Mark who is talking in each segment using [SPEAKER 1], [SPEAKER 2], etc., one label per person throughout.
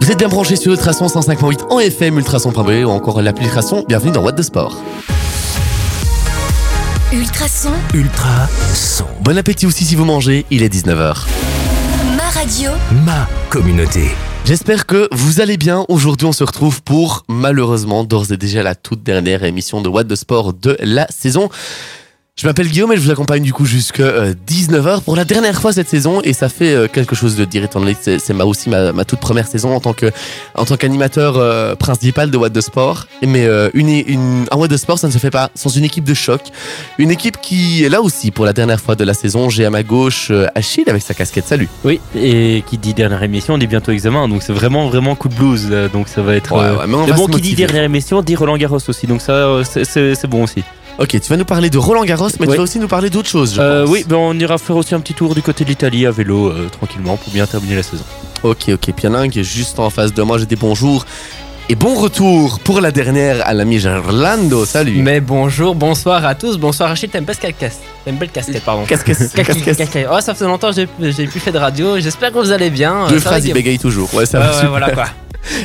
[SPEAKER 1] Vous êtes bien branchés sur Ultrason 105.8 en FM, ultrason.be ou encore l'application. Bienvenue dans What the Sport.
[SPEAKER 2] Ultrason,
[SPEAKER 3] Ultra son.
[SPEAKER 1] Bon appétit aussi si vous mangez, il est 19h.
[SPEAKER 2] ma radio,
[SPEAKER 3] Ma communauté.
[SPEAKER 1] J'espère que vous allez bien. Aujourd'hui, on se retrouve pour, malheureusement, d'ores et déjà la toute dernière émission de What the Sport de la saison. Je m'appelle Guillaume et je vous accompagne du coup jusqu'à 19h pour la dernière fois cette saison et ça fait euh, quelque chose de dire étant donné que c'est- c'est ma, aussi ma, ma toute première saison en tant que en tant qu'animateur euh, principal de What the Sport. Mais euh, une, une, un What the Sport, ça ne se fait pas sans une équipe de choc. Une équipe qui est là aussi pour la dernière fois de la saison. J'ai à ma gauche euh, Achille avec sa casquette. Salut.
[SPEAKER 4] Oui, et qui dit dernière émission dit bientôt examen, donc c'est vraiment vraiment coup de blues, euh, donc ça va être. euh,
[SPEAKER 1] mais on
[SPEAKER 4] Mais
[SPEAKER 1] va
[SPEAKER 4] bon,
[SPEAKER 1] se
[SPEAKER 4] qui dit
[SPEAKER 1] motiver.
[SPEAKER 4] dernière émission dit Roland Garros aussi, donc ça euh, c'est- c'est c'est bon aussi.
[SPEAKER 1] Ok, tu vas nous parler de Roland Garros, mais
[SPEAKER 4] Ouais.
[SPEAKER 1] tu vas aussi nous parler d'autres choses. Je
[SPEAKER 4] Euh,
[SPEAKER 1] pense.
[SPEAKER 4] oui, ben on ira faire aussi un petit tour du côté de l'Italie à vélo euh, tranquillement pour bien terminer la saison.
[SPEAKER 1] Ok, ok. Puis il y en a un qui est juste en face de moi. J'ai des bonjours et bon retour pour la dernière à l'ami Gerlando. Salut.
[SPEAKER 5] Mais bonjour, bonsoir à tous, bonsoir Rachid, t'aimes pas cette casquette T'aimes pas le casquette, pardon.
[SPEAKER 1] Qu'est-ce que c'est
[SPEAKER 5] Casquette,
[SPEAKER 1] Qu'est-ce que c'est
[SPEAKER 5] casquette. Oh, ça fait longtemps que j'ai- j'ai plus fait de radio, j'espère que vous allez bien.
[SPEAKER 1] Deux
[SPEAKER 5] Euh, ça va,
[SPEAKER 1] phrases, il
[SPEAKER 5] Guillaume
[SPEAKER 1] bégaye toujours. Ouais, ça
[SPEAKER 5] Ouais,
[SPEAKER 1] va
[SPEAKER 5] ouais,
[SPEAKER 1] super.
[SPEAKER 5] voilà quoi.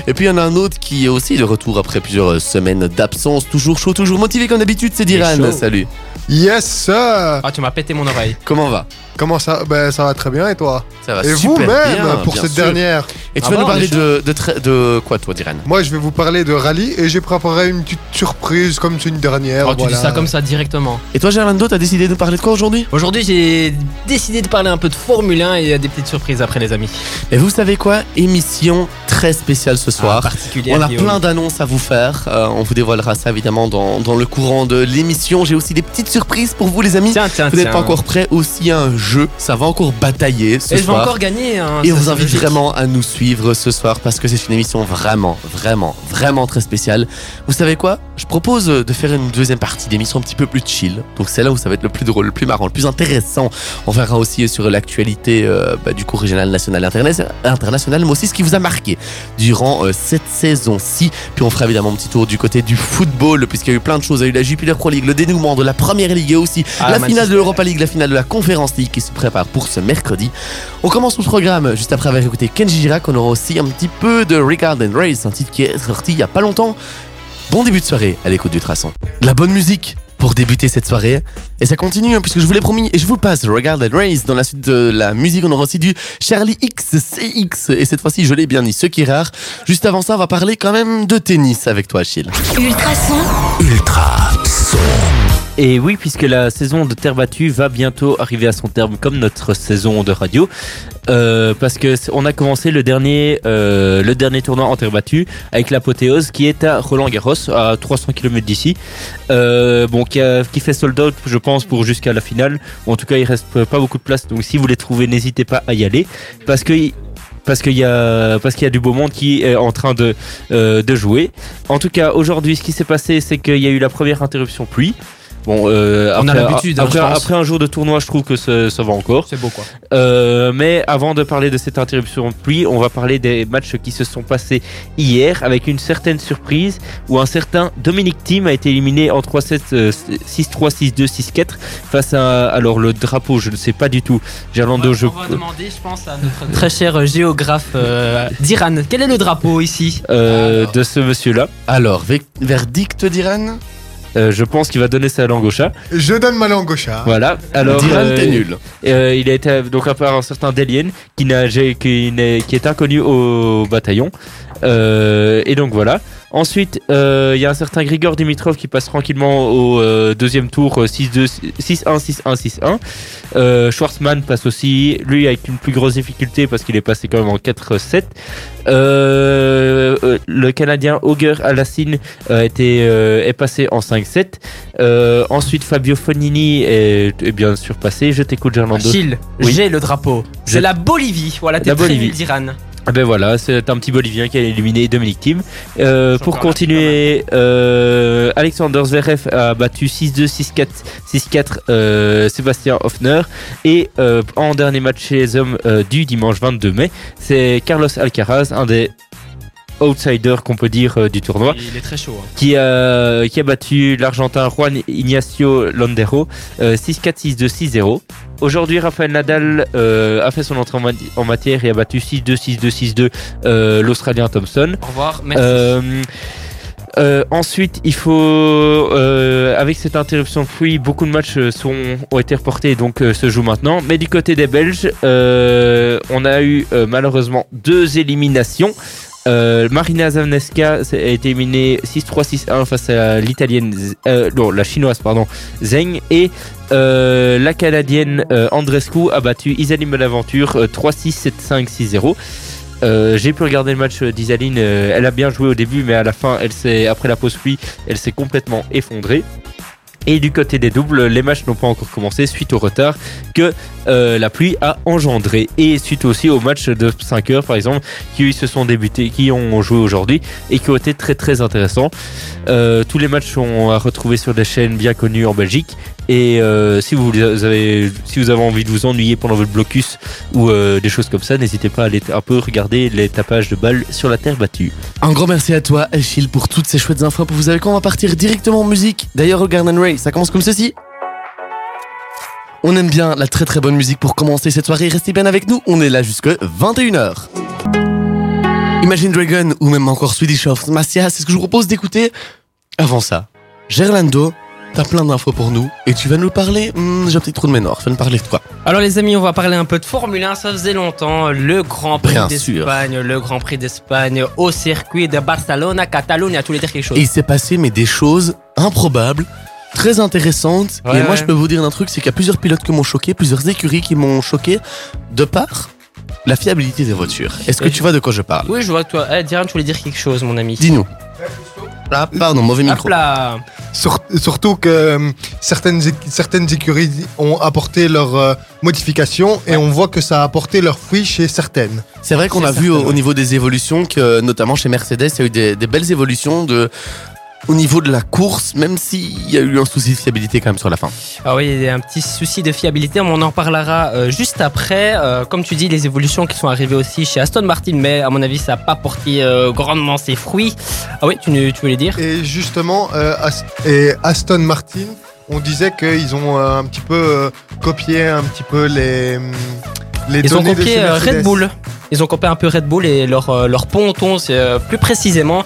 [SPEAKER 1] Et puis il y en a un autre qui est aussi de retour après plusieurs euh, semaines d'absence. Toujours chaud, toujours motivé comme d'habitude. C'est Diran.
[SPEAKER 5] chaud.
[SPEAKER 1] Salut.
[SPEAKER 6] Yes sir
[SPEAKER 5] Ah, tu m'as pété mon oreille.
[SPEAKER 1] Comment va
[SPEAKER 6] Comment ça Ben ça va très bien et toi
[SPEAKER 1] Ça va
[SPEAKER 6] Et
[SPEAKER 1] Ah, super
[SPEAKER 6] vous-même
[SPEAKER 1] bien,
[SPEAKER 6] pour
[SPEAKER 1] bien
[SPEAKER 6] cette
[SPEAKER 1] sûr.
[SPEAKER 6] dernière
[SPEAKER 1] Et tu
[SPEAKER 5] Ah
[SPEAKER 1] vas
[SPEAKER 5] bon,
[SPEAKER 1] nous parler
[SPEAKER 5] déjà
[SPEAKER 1] de, de, tra- de quoi toi, Diran
[SPEAKER 6] Moi je vais vous parler de rallye et j'ai préparé une petite surprise comme c'est une dernière.
[SPEAKER 5] Oh, tu
[SPEAKER 6] voilà.
[SPEAKER 5] dis ça comme ça directement.
[SPEAKER 1] Et toi, Gerlando, t'as décidé de nous parler de quoi aujourd'hui
[SPEAKER 5] Aujourd'hui, j'ai décidé de parler un peu de Formule 1 et il y a des petites surprises après, les amis.
[SPEAKER 1] Et vous savez quoi Émission très spéciale ce
[SPEAKER 5] Ah,
[SPEAKER 1] soir.
[SPEAKER 5] particulier.
[SPEAKER 1] On a plein d'annonces à vous faire. Euh, on vous dévoilera ça évidemment dans, dans le courant de l'émission. J'ai aussi des petites surprises pour vous, les amis.
[SPEAKER 5] Tiens, tiens,
[SPEAKER 1] vous n'êtes pas
[SPEAKER 5] tiens.
[SPEAKER 1] encore prêts aussi un jeu. Ça va encore batailler ce
[SPEAKER 5] Et je vais
[SPEAKER 1] soir.
[SPEAKER 5] encore gagner. hein,
[SPEAKER 1] Et
[SPEAKER 5] ça,
[SPEAKER 1] on vous
[SPEAKER 5] c'est
[SPEAKER 1] invite
[SPEAKER 5] logique.
[SPEAKER 1] vraiment à nous suivre ce soir parce que c'est une émission vraiment, vraiment, vraiment très spéciale. Vous savez quoi Je propose de faire une deuxième partie d'émission un petit peu plus chill. Donc c'est là où ça va être le plus drôle, le plus marrant, le plus intéressant. On verra aussi sur l'actualité euh, bah, du coup régional, national, interna- international, mais aussi ce qui vous a marqué durant euh, cette saison-ci. Puis on fera évidemment un petit tour du côté du football puisqu'il y a eu plein de choses. Il y a eu la Jupiler Pro League, le dénouement de la première ligue et aussi
[SPEAKER 5] Ah,
[SPEAKER 1] la
[SPEAKER 5] Manchester.
[SPEAKER 1] finale de l'Europa League, la finale de la Conférence League qui se prépare pour ce mercredi. On commence le programme juste après avoir écouté Kenji Girac. On aura aussi un petit peu de Regard and Race, un titre qui est sorti il y a pas longtemps. Bon début de soirée à l'écoute du traçon. De la bonne musique pour débuter cette soirée. Et ça continue, hein, puisque je vous l'ai promis. Et je vous passe Regard and Race. Dans la suite de la musique, on aura aussi du Charlie XCX. Et cette fois-ci, je l'ai bien dit, ce qui est rare. Juste avant ça, on va parler quand même de tennis avec toi, Achille.
[SPEAKER 2] ultrason,
[SPEAKER 3] Ultra son.
[SPEAKER 4] Et oui, puisque la saison de terre battue va bientôt arriver à son terme, comme notre saison de radio, euh, parce que c'est- on a commencé le dernier euh, le dernier tournoi en terre battue avec l'apothéose qui est à Roland Garros, à 300 km d'ici, Euh, bon qui, a- qui fait sold out, je pense, pour jusqu'à la finale. En tout cas, il reste pas beaucoup de place, donc si vous les trouvez, n'hésitez pas à y aller, parce que parce qu'il y a parce qu'il y a du beau monde qui est en train de euh, de jouer. En tout cas, aujourd'hui, ce qui s'est passé, c'est qu'il y a eu la première interruption pluie. Bon, euh,
[SPEAKER 5] On a
[SPEAKER 4] après-
[SPEAKER 5] l'habitude, hein,
[SPEAKER 4] Après,
[SPEAKER 5] je pense.
[SPEAKER 4] après un jour de tournoi, je trouve que ça, ça va encore.
[SPEAKER 5] C'est beau quoi.
[SPEAKER 4] Euh, mais avant de parler de cette interruption de pluie, on va parler des matchs qui se sont passés hier avec une certaine surprise où un certain Dominique Thiem a été éliminé en 3-7, euh, 6-3, 6-2, 6-4 face à alors le drapeau, je ne sais pas du tout. Gerlando, je.
[SPEAKER 5] on va demander, je pense, à notre très cher géographe euh, d'Iran. Quel est le drapeau ici
[SPEAKER 4] euh, de ce monsieur-là.
[SPEAKER 1] Alors, ve- verdict d'Iran
[SPEAKER 4] Euh, je pense qu'il va donner sa langue au chat.
[SPEAKER 6] Je donne ma langue au chat.
[SPEAKER 4] Voilà. Alors,
[SPEAKER 1] D'Iran,
[SPEAKER 4] euh,
[SPEAKER 1] t'es nul.
[SPEAKER 4] Euh, il a été donc à part un certain Delien qui, n'a- j'ai- qui, n'est- qui est inconnu au bataillon. Euh, et donc voilà. Ensuite, euh, il y a un certain Grigor Dimitrov qui passe tranquillement au euh, deuxième tour euh, 6-2, 6-1, 6-1, 6-1. Euh, Schwartzmann passe aussi, lui avec une plus grosse difficulté parce qu'il est passé quand même en 4-7. Euh, euh, le Canadien Auger Alassine euh, était, euh, est passé en 5-7. Euh, ensuite, Fabio Fonini est, est bien sûr passé. Je t'écoute, Gerlando.
[SPEAKER 5] Chile,
[SPEAKER 4] Oui.
[SPEAKER 5] j'ai le drapeau.
[SPEAKER 4] Je-
[SPEAKER 5] C'est la Bolivie. Voilà, t'es
[SPEAKER 4] La
[SPEAKER 5] très
[SPEAKER 4] Bolivie.
[SPEAKER 5] nul d'Iran.
[SPEAKER 4] Ah Ben voilà, c'est un petit Bolivien qui a éliminé Dominic Thiem. Euh,
[SPEAKER 5] Encore
[SPEAKER 4] pour
[SPEAKER 5] là,
[SPEAKER 4] continuer, euh, Alexander Zverev a battu 6-2, 6-4, 6-4 euh, Sébastien Hoffner. Et euh, en dernier match chez les hommes euh, du dimanche 22 mai, c'est Carlos Alcaraz, un des outsider qu'on peut dire euh, du tournoi,
[SPEAKER 5] Il est très chaud. hein.
[SPEAKER 4] qui, euh, qui a battu l'Argentin Juan Ignacio Landero euh, 6-4, 6-2, 6-0. Aujourd'hui, Rafael Nadal euh, a fait son entrée en, mat- en matière et a battu 6-2, 6-2, 6-2 euh, l'Australien Thompson.
[SPEAKER 5] Au revoir, merci.
[SPEAKER 4] Euh, euh, ensuite, il faut, euh, avec cette interruption free, beaucoup de matchs euh, sont, ont été reportés, donc euh, se jouent maintenant. Mais du côté des Belges, euh, on a eu euh, malheureusement deux éliminations. Euh, Marina Zavneska a été éliminée 6-3, 6-1 face à l'italienne, Z- euh, non, la chinoise, pardon, Zeng. Et euh, la canadienne euh, Andrescu a battu Isaline Bonaventure euh, 3-6, 7-5, 6-0. Euh, j'ai pu regarder le match euh, d'Isaline. euh, elle a bien joué au début, mais à la fin, elle s'est, après la pause pluie, elle s'est complètement effondrée. Et du côté des doubles, les matchs n'ont pas encore commencé suite au retard que euh, la pluie a engendré. Et suite aussi aux matchs de 5 heures, par exemple, qui se sont débutés, qui ont joué aujourd'hui et qui ont été très très intéressants. Euh, tous les matchs sont à retrouver sur des chaînes bien connues en Belgique. Et euh, si, vous avez, si vous avez envie de vous ennuyer pendant votre blocus ou euh, des choses comme ça, n'hésitez pas à aller t- un peu regarder les tapages de balles sur la terre battue.
[SPEAKER 1] Un grand merci à toi, Achille, pour toutes ces chouettes infos. Vous savez quoi On va partir directement en musique. D'ailleurs, regarde and Ray, ça commence comme ceci. On aime bien la très très bonne musique pour commencer cette soirée. Restez bien avec nous, on est là jusque 21h. Imagine Dragon ou même encore Swedish House Mafia, c'est ce que je vous propose d'écouter. Avant ça, Gerlando, t'as plein d'infos pour nous et tu vas nous parler. hmm, J'ai un petit trou de mémoire, tu vas nous parler de quoi
[SPEAKER 5] Alors les amis, on va parler un peu de Formule 1, ça faisait longtemps, le Grand Prix
[SPEAKER 1] Bien sûr.
[SPEAKER 5] d'Espagne, le Grand Prix d'Espagne au circuit de Barcelone, à Catalogne, à tous les dire quelque chose.
[SPEAKER 1] Et il s'est passé mais des choses improbables, très intéressantes.
[SPEAKER 5] Ouais,
[SPEAKER 1] et moi,
[SPEAKER 5] ouais.
[SPEAKER 1] je peux vous dire un truc, c'est qu'il y a plusieurs pilotes qui m'ont choqué, plusieurs écuries qui m'ont choqué de par la fiabilité des voitures. Est-ce que
[SPEAKER 5] Et-
[SPEAKER 1] tu vois de quoi je parle
[SPEAKER 5] Oui, je vois que toi, eh, Diran, tu voulais dire quelque chose mon ami.
[SPEAKER 1] Dis-nous. Ah, pardon, mauvais
[SPEAKER 5] Hop
[SPEAKER 1] micro.
[SPEAKER 5] là
[SPEAKER 6] Sur- surtout que euh, certaines, é- certaines écuries ont apporté leurs euh, modifications et on voit que ça a apporté leurs fruits chez certaines.
[SPEAKER 1] C'est vrai qu'on
[SPEAKER 5] C'est
[SPEAKER 1] a vu
[SPEAKER 5] certain,
[SPEAKER 1] au, au
[SPEAKER 5] ouais.
[SPEAKER 1] niveau des évolutions que, notamment chez Mercedes, il y a eu des, des belles évolutions de, au niveau de la course, même s'il y a eu un souci de fiabilité quand même sur la fin.
[SPEAKER 5] Ah oui, il y a un petit souci de fiabilité, mais on en parlera euh, juste après. Euh, comme tu dis, les évolutions qui sont arrivées aussi chez Aston Martin, mais à mon avis, ça n'a pas porté euh, grandement ses fruits. Ah oui, tu, ne- tu voulais dire
[SPEAKER 6] Et justement, euh, Ast- et Aston Martin, on disait qu'ils ont euh, un petit peu euh, copié un petit peu les, hum, les
[SPEAKER 5] Ils ont
[SPEAKER 6] données de
[SPEAKER 5] copié
[SPEAKER 6] chez
[SPEAKER 5] euh,
[SPEAKER 6] Mercedes.
[SPEAKER 5] Red Bull. Ils ont copié un peu Red Bull et leur, euh, leur ponton, c'est, euh, plus précisément.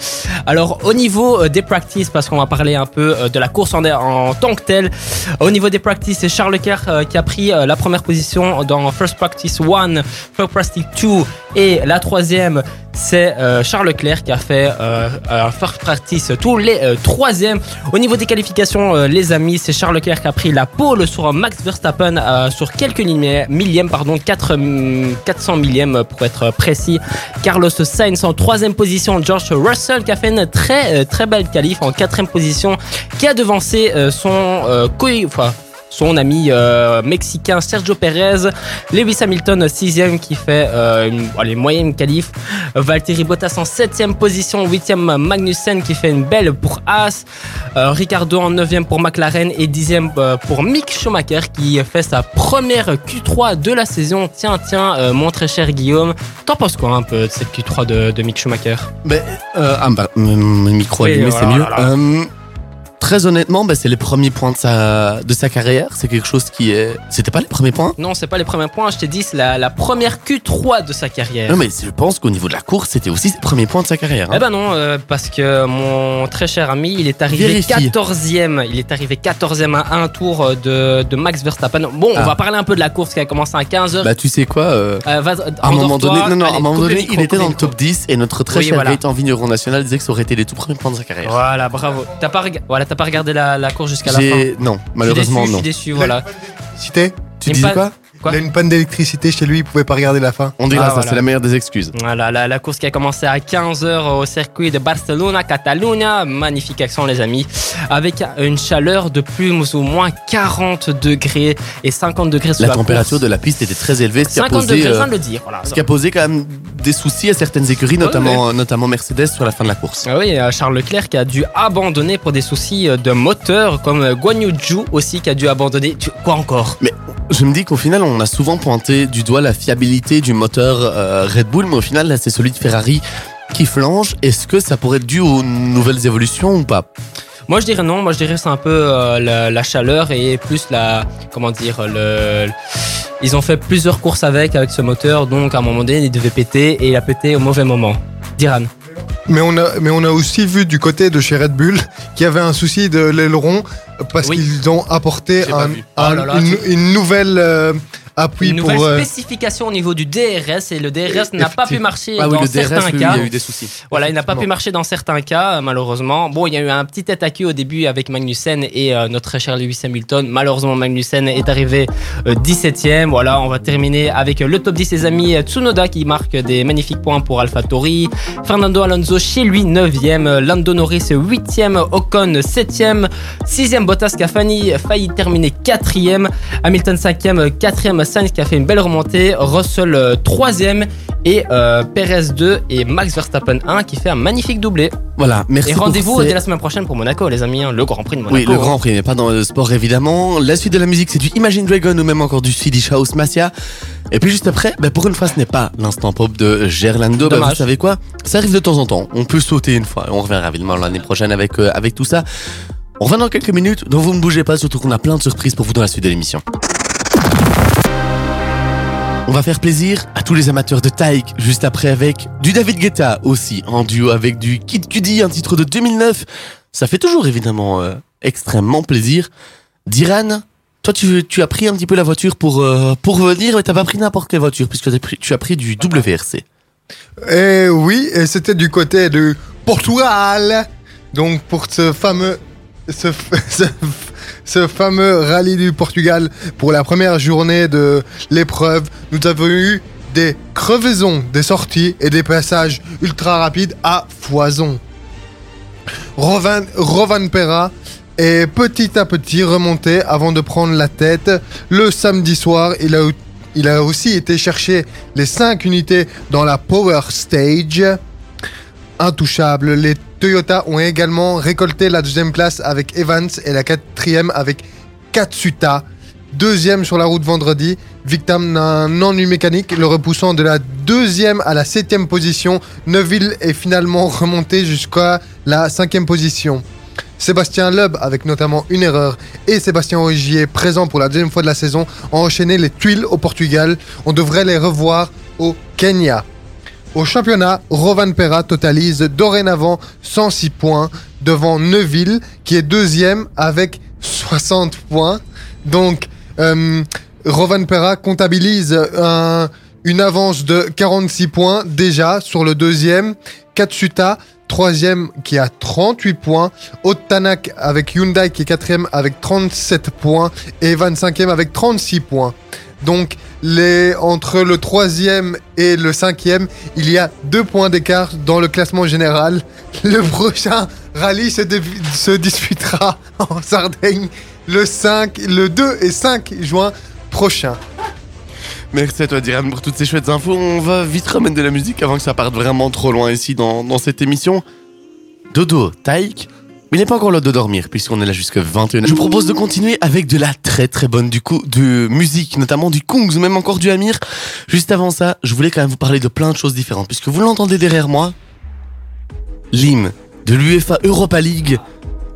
[SPEAKER 5] Alors, au niveau euh, des practices, parce qu'on va parler un peu euh, de la course en, en tant que telle, au niveau des practices, c'est Charles Leclerc euh, qui a pris euh, la première position dans First Practice 1, First Practice 2, et la troisième, c'est euh, Charles Leclerc qui a fait euh, un First Practice tous les euh, troisièmes. Au niveau des qualifications, euh, les amis, c'est Charles Leclerc qui a pris la pole sur Max Verstappen euh, sur quelques limi- millièmes, pardon, 4, hum, 400 millièmes euh, pour être précis. Carlos Sainz en troisième position, George Russell qui a fait une très euh, très belle qualif en quatrième position, qui a devancé euh, son euh, co- enfin, son ami euh, mexicain Sergio Perez, Lewis Hamilton sixième qui fait euh, une allez, moyenne qualif, Valtteri Bottas en septième position, huitième Magnussen qui fait une belle pour As, euh, Ricardo en 9 pour McLaren et 10e euh, pour Mick Schumacher qui fait sa première Q3 de la saison. Tiens, tiens, euh, mon très cher Guillaume, t'en penses quoi un peu de cette Q3 de, de Mick Schumacher
[SPEAKER 1] Mais, euh, ah bah, mon mon micro
[SPEAKER 5] Oui,
[SPEAKER 1] allumé,
[SPEAKER 5] voilà,
[SPEAKER 1] c'est mieux.
[SPEAKER 5] voilà.
[SPEAKER 1] Euh, très honnêtement, bah, c'est les premiers points de sa, de sa carrière. C'est quelque chose qui est. C'était pas les premiers points
[SPEAKER 5] Non, c'est pas les premiers points, je t'ai dit, c'est la, la première Q3 de sa carrière.
[SPEAKER 1] Non, mais je pense qu'au niveau de la course, c'était aussi les premiers points de sa carrière. hein.
[SPEAKER 5] Eh ben non, euh, parce que mon très cher ami, il est arrivé
[SPEAKER 1] Vérifie.
[SPEAKER 5] 14e. Il est arrivé 14e à un tour euh, de, de Max Verstappen. Bon,
[SPEAKER 1] Ah.
[SPEAKER 5] on va parler un peu de la course qui a commencé à 15h.
[SPEAKER 1] Bah, tu sais quoi euh, à un moment donné, non, non, à un moment donné, il était dans le top 10 et notre très
[SPEAKER 5] Oui,
[SPEAKER 1] cher
[SPEAKER 5] voilà.
[SPEAKER 1] Gaëtan Vigneron National disait que ça aurait été les tout premiers points de sa carrière.
[SPEAKER 5] Voilà, bravo. T'as pas, rega- voilà, t'as pas regardé la, la course jusqu'à la fin. Je suis
[SPEAKER 1] J'ai- Non, malheureusement,
[SPEAKER 5] déçu,
[SPEAKER 1] non.
[SPEAKER 5] Je suis déçu, voilà.
[SPEAKER 6] Cité,
[SPEAKER 1] Tu
[SPEAKER 5] J'aime
[SPEAKER 1] disais
[SPEAKER 5] pas-
[SPEAKER 1] quoi
[SPEAKER 5] Quoi
[SPEAKER 6] il a une panne d'électricité chez lui, il pouvait pas regarder la fin.
[SPEAKER 1] On dira
[SPEAKER 5] Ah,
[SPEAKER 1] ça,
[SPEAKER 5] voilà.
[SPEAKER 1] c'est la meilleure des excuses.
[SPEAKER 5] Voilà, la, la course qui a commencé à 15h au circuit de Barcelona, Catalunya. Magnifique accent, les amis. Avec une chaleur de plus ou moins 40 degrés et 50 degrés sous
[SPEAKER 1] La
[SPEAKER 5] la,
[SPEAKER 1] température
[SPEAKER 5] course.
[SPEAKER 1] de la piste était très élevée, ce qui a
[SPEAKER 5] 50
[SPEAKER 1] posé.
[SPEAKER 5] degrés, je
[SPEAKER 1] euh,
[SPEAKER 5] viens de le dire. Voilà.
[SPEAKER 1] Ce qui a posé quand même des soucis à certaines écuries, notamment, notamment Mercedes sur la fin de la course.
[SPEAKER 5] Ah oui, euh, Charles Leclerc qui a dû abandonner pour des soucis euh, de moteur, comme euh, Guan Yu Zhu aussi qui a dû abandonner. Tu- Quoi encore
[SPEAKER 1] Je me dis qu'au final, on a souvent pointé du doigt la fiabilité du moteur euh, Red Bull, mais au final, là, c'est celui de Ferrari qui flanche, est-ce que ça pourrait être dû aux nouvelles évolutions ou pas
[SPEAKER 5] Moi je dirais non, moi je dirais c'est un peu euh, la, la chaleur et plus la comment dire le ils ont fait plusieurs courses avec avec ce moteur donc à un moment donné il devait péter et il a pété au mauvais moment. Diran.
[SPEAKER 6] Mais on, a, mais on a aussi vu du côté de chez Red Bull qu'il y avait un souci de l'aileron parce
[SPEAKER 5] Oui.
[SPEAKER 6] qu'ils ont apporté
[SPEAKER 1] J'ai pas
[SPEAKER 6] un-
[SPEAKER 1] vu.
[SPEAKER 6] un-
[SPEAKER 5] Oh là là,
[SPEAKER 6] une, une nouvelle euh, appui
[SPEAKER 5] Une nouvelle
[SPEAKER 6] pour. euh,
[SPEAKER 5] spécification au niveau du DRS et le DRS n'a pas pu
[SPEAKER 1] effectivement.
[SPEAKER 5] marcher dans certains
[SPEAKER 1] Ah oui, il y
[SPEAKER 5] cas.
[SPEAKER 1] a eu des soucis.
[SPEAKER 5] Voilà, il n'a pas pu
[SPEAKER 1] Effectivement.
[SPEAKER 5] marcher dans certains cas, euh, malheureusement. Bon, il y a eu un petit tête à queue au début avec Magnussen et euh, notre très cher Lewis Hamilton. Malheureusement, Magnussen est arrivé euh, 17ème. Voilà, on va terminer avec euh, le top 10, les amis. Euh, Tsunoda qui marque des magnifiques points pour AlphaTauri. Fernando Alonso chez lui 9ème. Euh, Lando Norris 8ème. Ocon 7ème. 6ème Bottas qui a failli, failli terminer 4ème. Hamilton 5ème. 4ème Sainz qui a fait une belle remontée. Russell euh, 3ème et euh, Perez 2 et Max Verstappen 1 qui fait un magnifique doublé.
[SPEAKER 1] Voilà, merci.
[SPEAKER 5] et
[SPEAKER 1] pour
[SPEAKER 5] rendez-vous
[SPEAKER 1] ces-
[SPEAKER 5] dès la semaine prochaine pour Monaco, les amis, hein, le Grand Prix de Monaco.
[SPEAKER 1] Oui, le
[SPEAKER 5] hein.
[SPEAKER 1] Grand Prix, mais pas dans le sport évidemment. La suite de la musique, c'est du Imagine Dragon ou même encore du Swedish House Mafia. Et puis juste après, bah, pour une fois, ce n'est pas l'instant pop de Gerlando. Bah, vous
[SPEAKER 5] Dommage.
[SPEAKER 1] savez quoi Ça arrive de temps en temps. On peut sauter une fois et on reviendra évidemment l'année prochaine avec, euh, avec tout ça. On revient dans quelques minutes, donc vous ne bougez pas, surtout qu'on a plein de surprises pour vous dans la suite de l'émission. On va faire plaisir à tous les amateurs de Taïk, juste après avec du David Guetta aussi, en duo avec du Kid Cudi, un titre de 2009. Ça fait toujours évidemment euh, extrêmement plaisir. Diran, toi tu, tu as pris un petit peu la voiture pour, euh, pour venir, mais t'as pas pris n'importe quelle voiture, puisque t'as pris- tu as pris du WRC.
[SPEAKER 6] Eh oui, et c'était du côté de Portugal. Donc pour ce fameux, ce, f- ce f- ce fameux rallye du Portugal, pour la première journée de l'épreuve, nous avons eu des crevaisons, des sorties et des passages ultra rapides à foison. Rovan, Rovan Perra est petit à petit remonté avant de prendre la tête. Le samedi soir, il a, il a aussi été chercher les 5 unités dans la Power Stage. Intouchables, les Toyota ont également récolté la deuxième place avec Evans et la quatrième avec Katsuta. Deuxième sur la route vendredi, victime d'un ennui mécanique, le repoussant de la deuxième à la septième position. Neuville est finalement remonté jusqu'à la cinquième position. Sébastien Loeb, avec notamment une erreur, et Sébastien Ogier, présent pour la deuxième fois de la saison, ont enchaîné les tuiles au Portugal. On devrait les revoir au Kenya. Au championnat, Rovan Perra totalise dorénavant 106 points devant Neuville, qui est deuxième avec 60 points. Donc, euh, Rovan Perra comptabilise un- une avance de 46 points déjà sur le deuxième. Katsuta, troisième, qui a 38 points. Otanak avec Hyundai, qui est quatrième avec 37 points. Et 25e avec 36 points. Donc, les, entre le troisième et le cinquième, il y a deux points d'écart dans le classement général. Le prochain rallye se, dé- se disputera en Sardaigne le, 5, le 2 et 5 juin prochain.
[SPEAKER 1] Merci à toi Diran pour toutes ces chouettes infos. On va vite remettre de la musique avant que ça parte vraiment trop loin ici dans, dans cette émission. Dodo, Taïk, mais il n'est pas encore l'heure de dormir puisqu'on est là jusqu'à 21h. Je vous propose de continuer avec de la très très bonne du coup de musique, notamment du Kungs ou même encore du Amir. Juste avant ça, je voulais quand même vous parler de plein de choses différentes puisque vous l'entendez derrière moi. L'hymne de l'UEFA Europa League.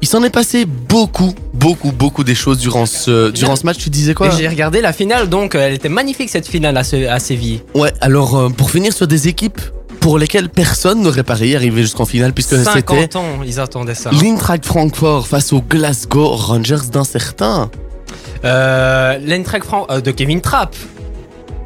[SPEAKER 1] Il s'en est passé beaucoup, beaucoup, beaucoup des choses durant ce, durant ce match. Tu disais quoi
[SPEAKER 5] Et j'ai regardé la finale, donc euh, elle était magnifique cette finale à, Sé- à Séville.
[SPEAKER 1] Ouais, alors euh, pour finir sur des équipes pour lesquelles personne n'aurait parié arriver jusqu'en finale, puisque c'était
[SPEAKER 5] 50 ans, ils attendaient ça.
[SPEAKER 1] l'Intract Francfort face aux Glasgow Rangers d'un certain.
[SPEAKER 5] Euh, L'entraque Fran- euh, de Kevin Trapp.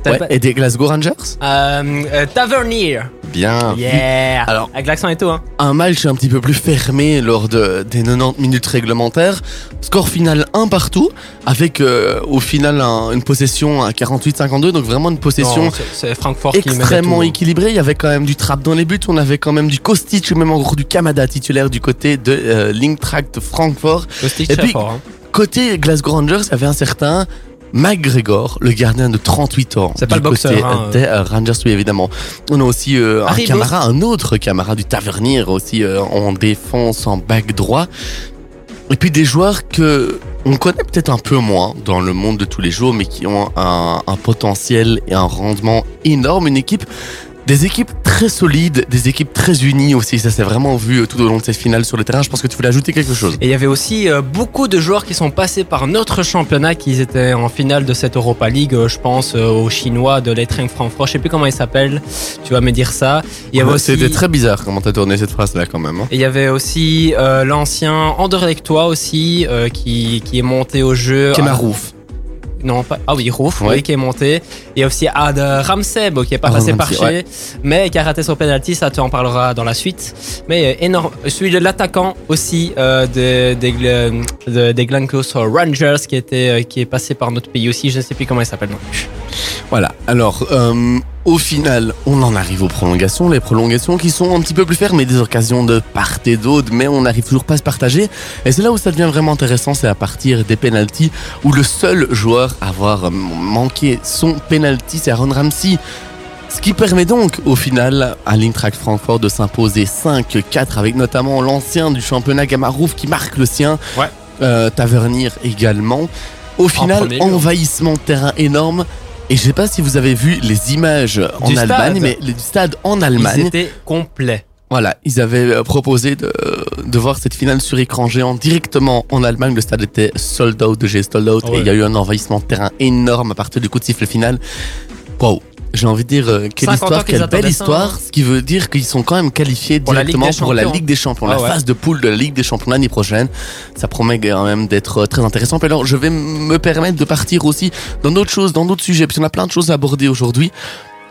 [SPEAKER 5] T'as
[SPEAKER 1] Ouais,
[SPEAKER 5] pas-
[SPEAKER 1] et des Glasgow Rangers
[SPEAKER 5] Euh, euh, Tavernier.
[SPEAKER 1] Bien.
[SPEAKER 5] Yeah.
[SPEAKER 1] Ah, Alors-
[SPEAKER 5] Avec l'accent et tout, hein.
[SPEAKER 1] Un match un petit peu plus fermé lors de, des 90 minutes réglementaires. Score final 1 partout, avec euh, au final un- une possession à 48-52, donc vraiment une possession
[SPEAKER 5] Non, c'est- C'est Francfort qui menait
[SPEAKER 1] extrêmement
[SPEAKER 5] tout.
[SPEAKER 1] équilibré. Il y avait quand même du trap dans les buts. On avait quand même du Kostic ou même encore du Kamada titulaire du côté de euh, l'Eintracht Francfort.
[SPEAKER 5] Kostic,
[SPEAKER 1] Et
[SPEAKER 5] très
[SPEAKER 1] puis-
[SPEAKER 5] fort, hein.
[SPEAKER 1] Côté Glasgow Rangers, il y avait un certain McGregor, le gardien de 38 ans.
[SPEAKER 5] C'est pas
[SPEAKER 1] du
[SPEAKER 5] le boxeur,
[SPEAKER 1] côté,
[SPEAKER 5] hein,
[SPEAKER 1] euh, des euh, Rangers, oui, évidemment. On a aussi euh, un
[SPEAKER 5] Harry
[SPEAKER 1] camarade, un autre camarade du Tavernier, aussi euh, en défense, en back droit. Et puis des joueurs que on connaît peut-être un peu moins dans le monde de tous les jours, mais qui ont un, un potentiel et un rendement énorme. Une équipe Des équipes très solides, des équipes très unies aussi. Ça s'est vraiment vu euh, tout au long de cette finale sur le terrain. Je pense que tu voulais ajouter quelque chose.
[SPEAKER 5] Et il y avait aussi euh, beaucoup de joueurs qui sont passés par notre championnat, qui étaient en finale de cette Europa League. Euh, je pense euh, aux Chinois de l'Etreng Francfort. Je sais plus comment ils s'appellent. Tu vas me dire ça. Il y avait aussi.
[SPEAKER 1] C'était très bizarre comment t'as tourné cette phrase-là quand même. hein.
[SPEAKER 5] Et il y avait aussi euh, l'ancien Anderlechtois aussi euh, qui, qui est monté au jeu.
[SPEAKER 1] Kemarouf.
[SPEAKER 5] Non, pas. Ah oui, Rouf,
[SPEAKER 1] Ouais.
[SPEAKER 5] oui, qui est monté. Il y a aussi Ad Ramseb, qui est pas
[SPEAKER 1] Adam
[SPEAKER 5] passé par
[SPEAKER 1] Ramsey,
[SPEAKER 5] chez, mais qui a raté son penalty. Ça, tu en parleras dans la suite. Mais euh, énorme. Celui de l'attaquant aussi euh, de- des Gl- de- des Glancos Rangers, qui était, euh, qui est passé par notre pays aussi. Je ne sais plus comment il s'appelle non plus.
[SPEAKER 1] Voilà, alors euh, au final, on en arrive aux prolongations, les prolongations qui sont un petit peu plus fermes et des occasions de part et d'autre, mais on n'arrive toujours pas à se partager. Et c'est là où ça devient vraiment intéressant, c'est à partir des pénalties où le seul joueur à avoir euh, manqué son pénalty, c'est Aaron Ramsey. Ce qui permet donc au final à l'Intract Francfort de s'imposer 5-4 avec notamment l'ancien du championnat Gamarouf qui marque le sien,
[SPEAKER 5] Ouais.
[SPEAKER 1] Euh, Tavernier également. Au final,
[SPEAKER 5] premier lieu. hein.
[SPEAKER 1] envahissement de terrain énorme. Et je sais pas si vous avez vu les images en
[SPEAKER 5] Du
[SPEAKER 1] Allemagne,
[SPEAKER 5] stade.
[SPEAKER 1] mais le- du stade en
[SPEAKER 5] Ils
[SPEAKER 1] Allemagne.
[SPEAKER 5] étaient complets.
[SPEAKER 1] Voilà, ils avaient euh, proposé de, de voir cette finale sur écran géant directement en Allemagne. Le stade était sold out de chez sold out et
[SPEAKER 5] Ah Ouais.
[SPEAKER 1] il y a eu un envahissement de terrain énorme à partir du coup de sifflet final. Waouh, j'ai envie de dire euh, quelle
[SPEAKER 5] 50 ans
[SPEAKER 1] histoire,
[SPEAKER 5] qu'ils
[SPEAKER 1] quelle
[SPEAKER 5] attendaient
[SPEAKER 1] belle
[SPEAKER 5] ça, hein.
[SPEAKER 1] histoire, ce qui veut dire qu'ils sont quand même qualifiés
[SPEAKER 5] Pour la Ligue
[SPEAKER 1] directement
[SPEAKER 5] des
[SPEAKER 1] pour la
[SPEAKER 5] Champions.
[SPEAKER 1] Ligue des Champions, la
[SPEAKER 5] Ah ouais.
[SPEAKER 1] phase de poule de la Ligue des Champions l'année prochaine. Ça promet quand même d'être euh, très intéressant. Puis alors, je vais m- me permettre de partir aussi dans d'autres choses, dans d'autres sujets, puisqu'on a plein de choses à aborder aujourd'hui.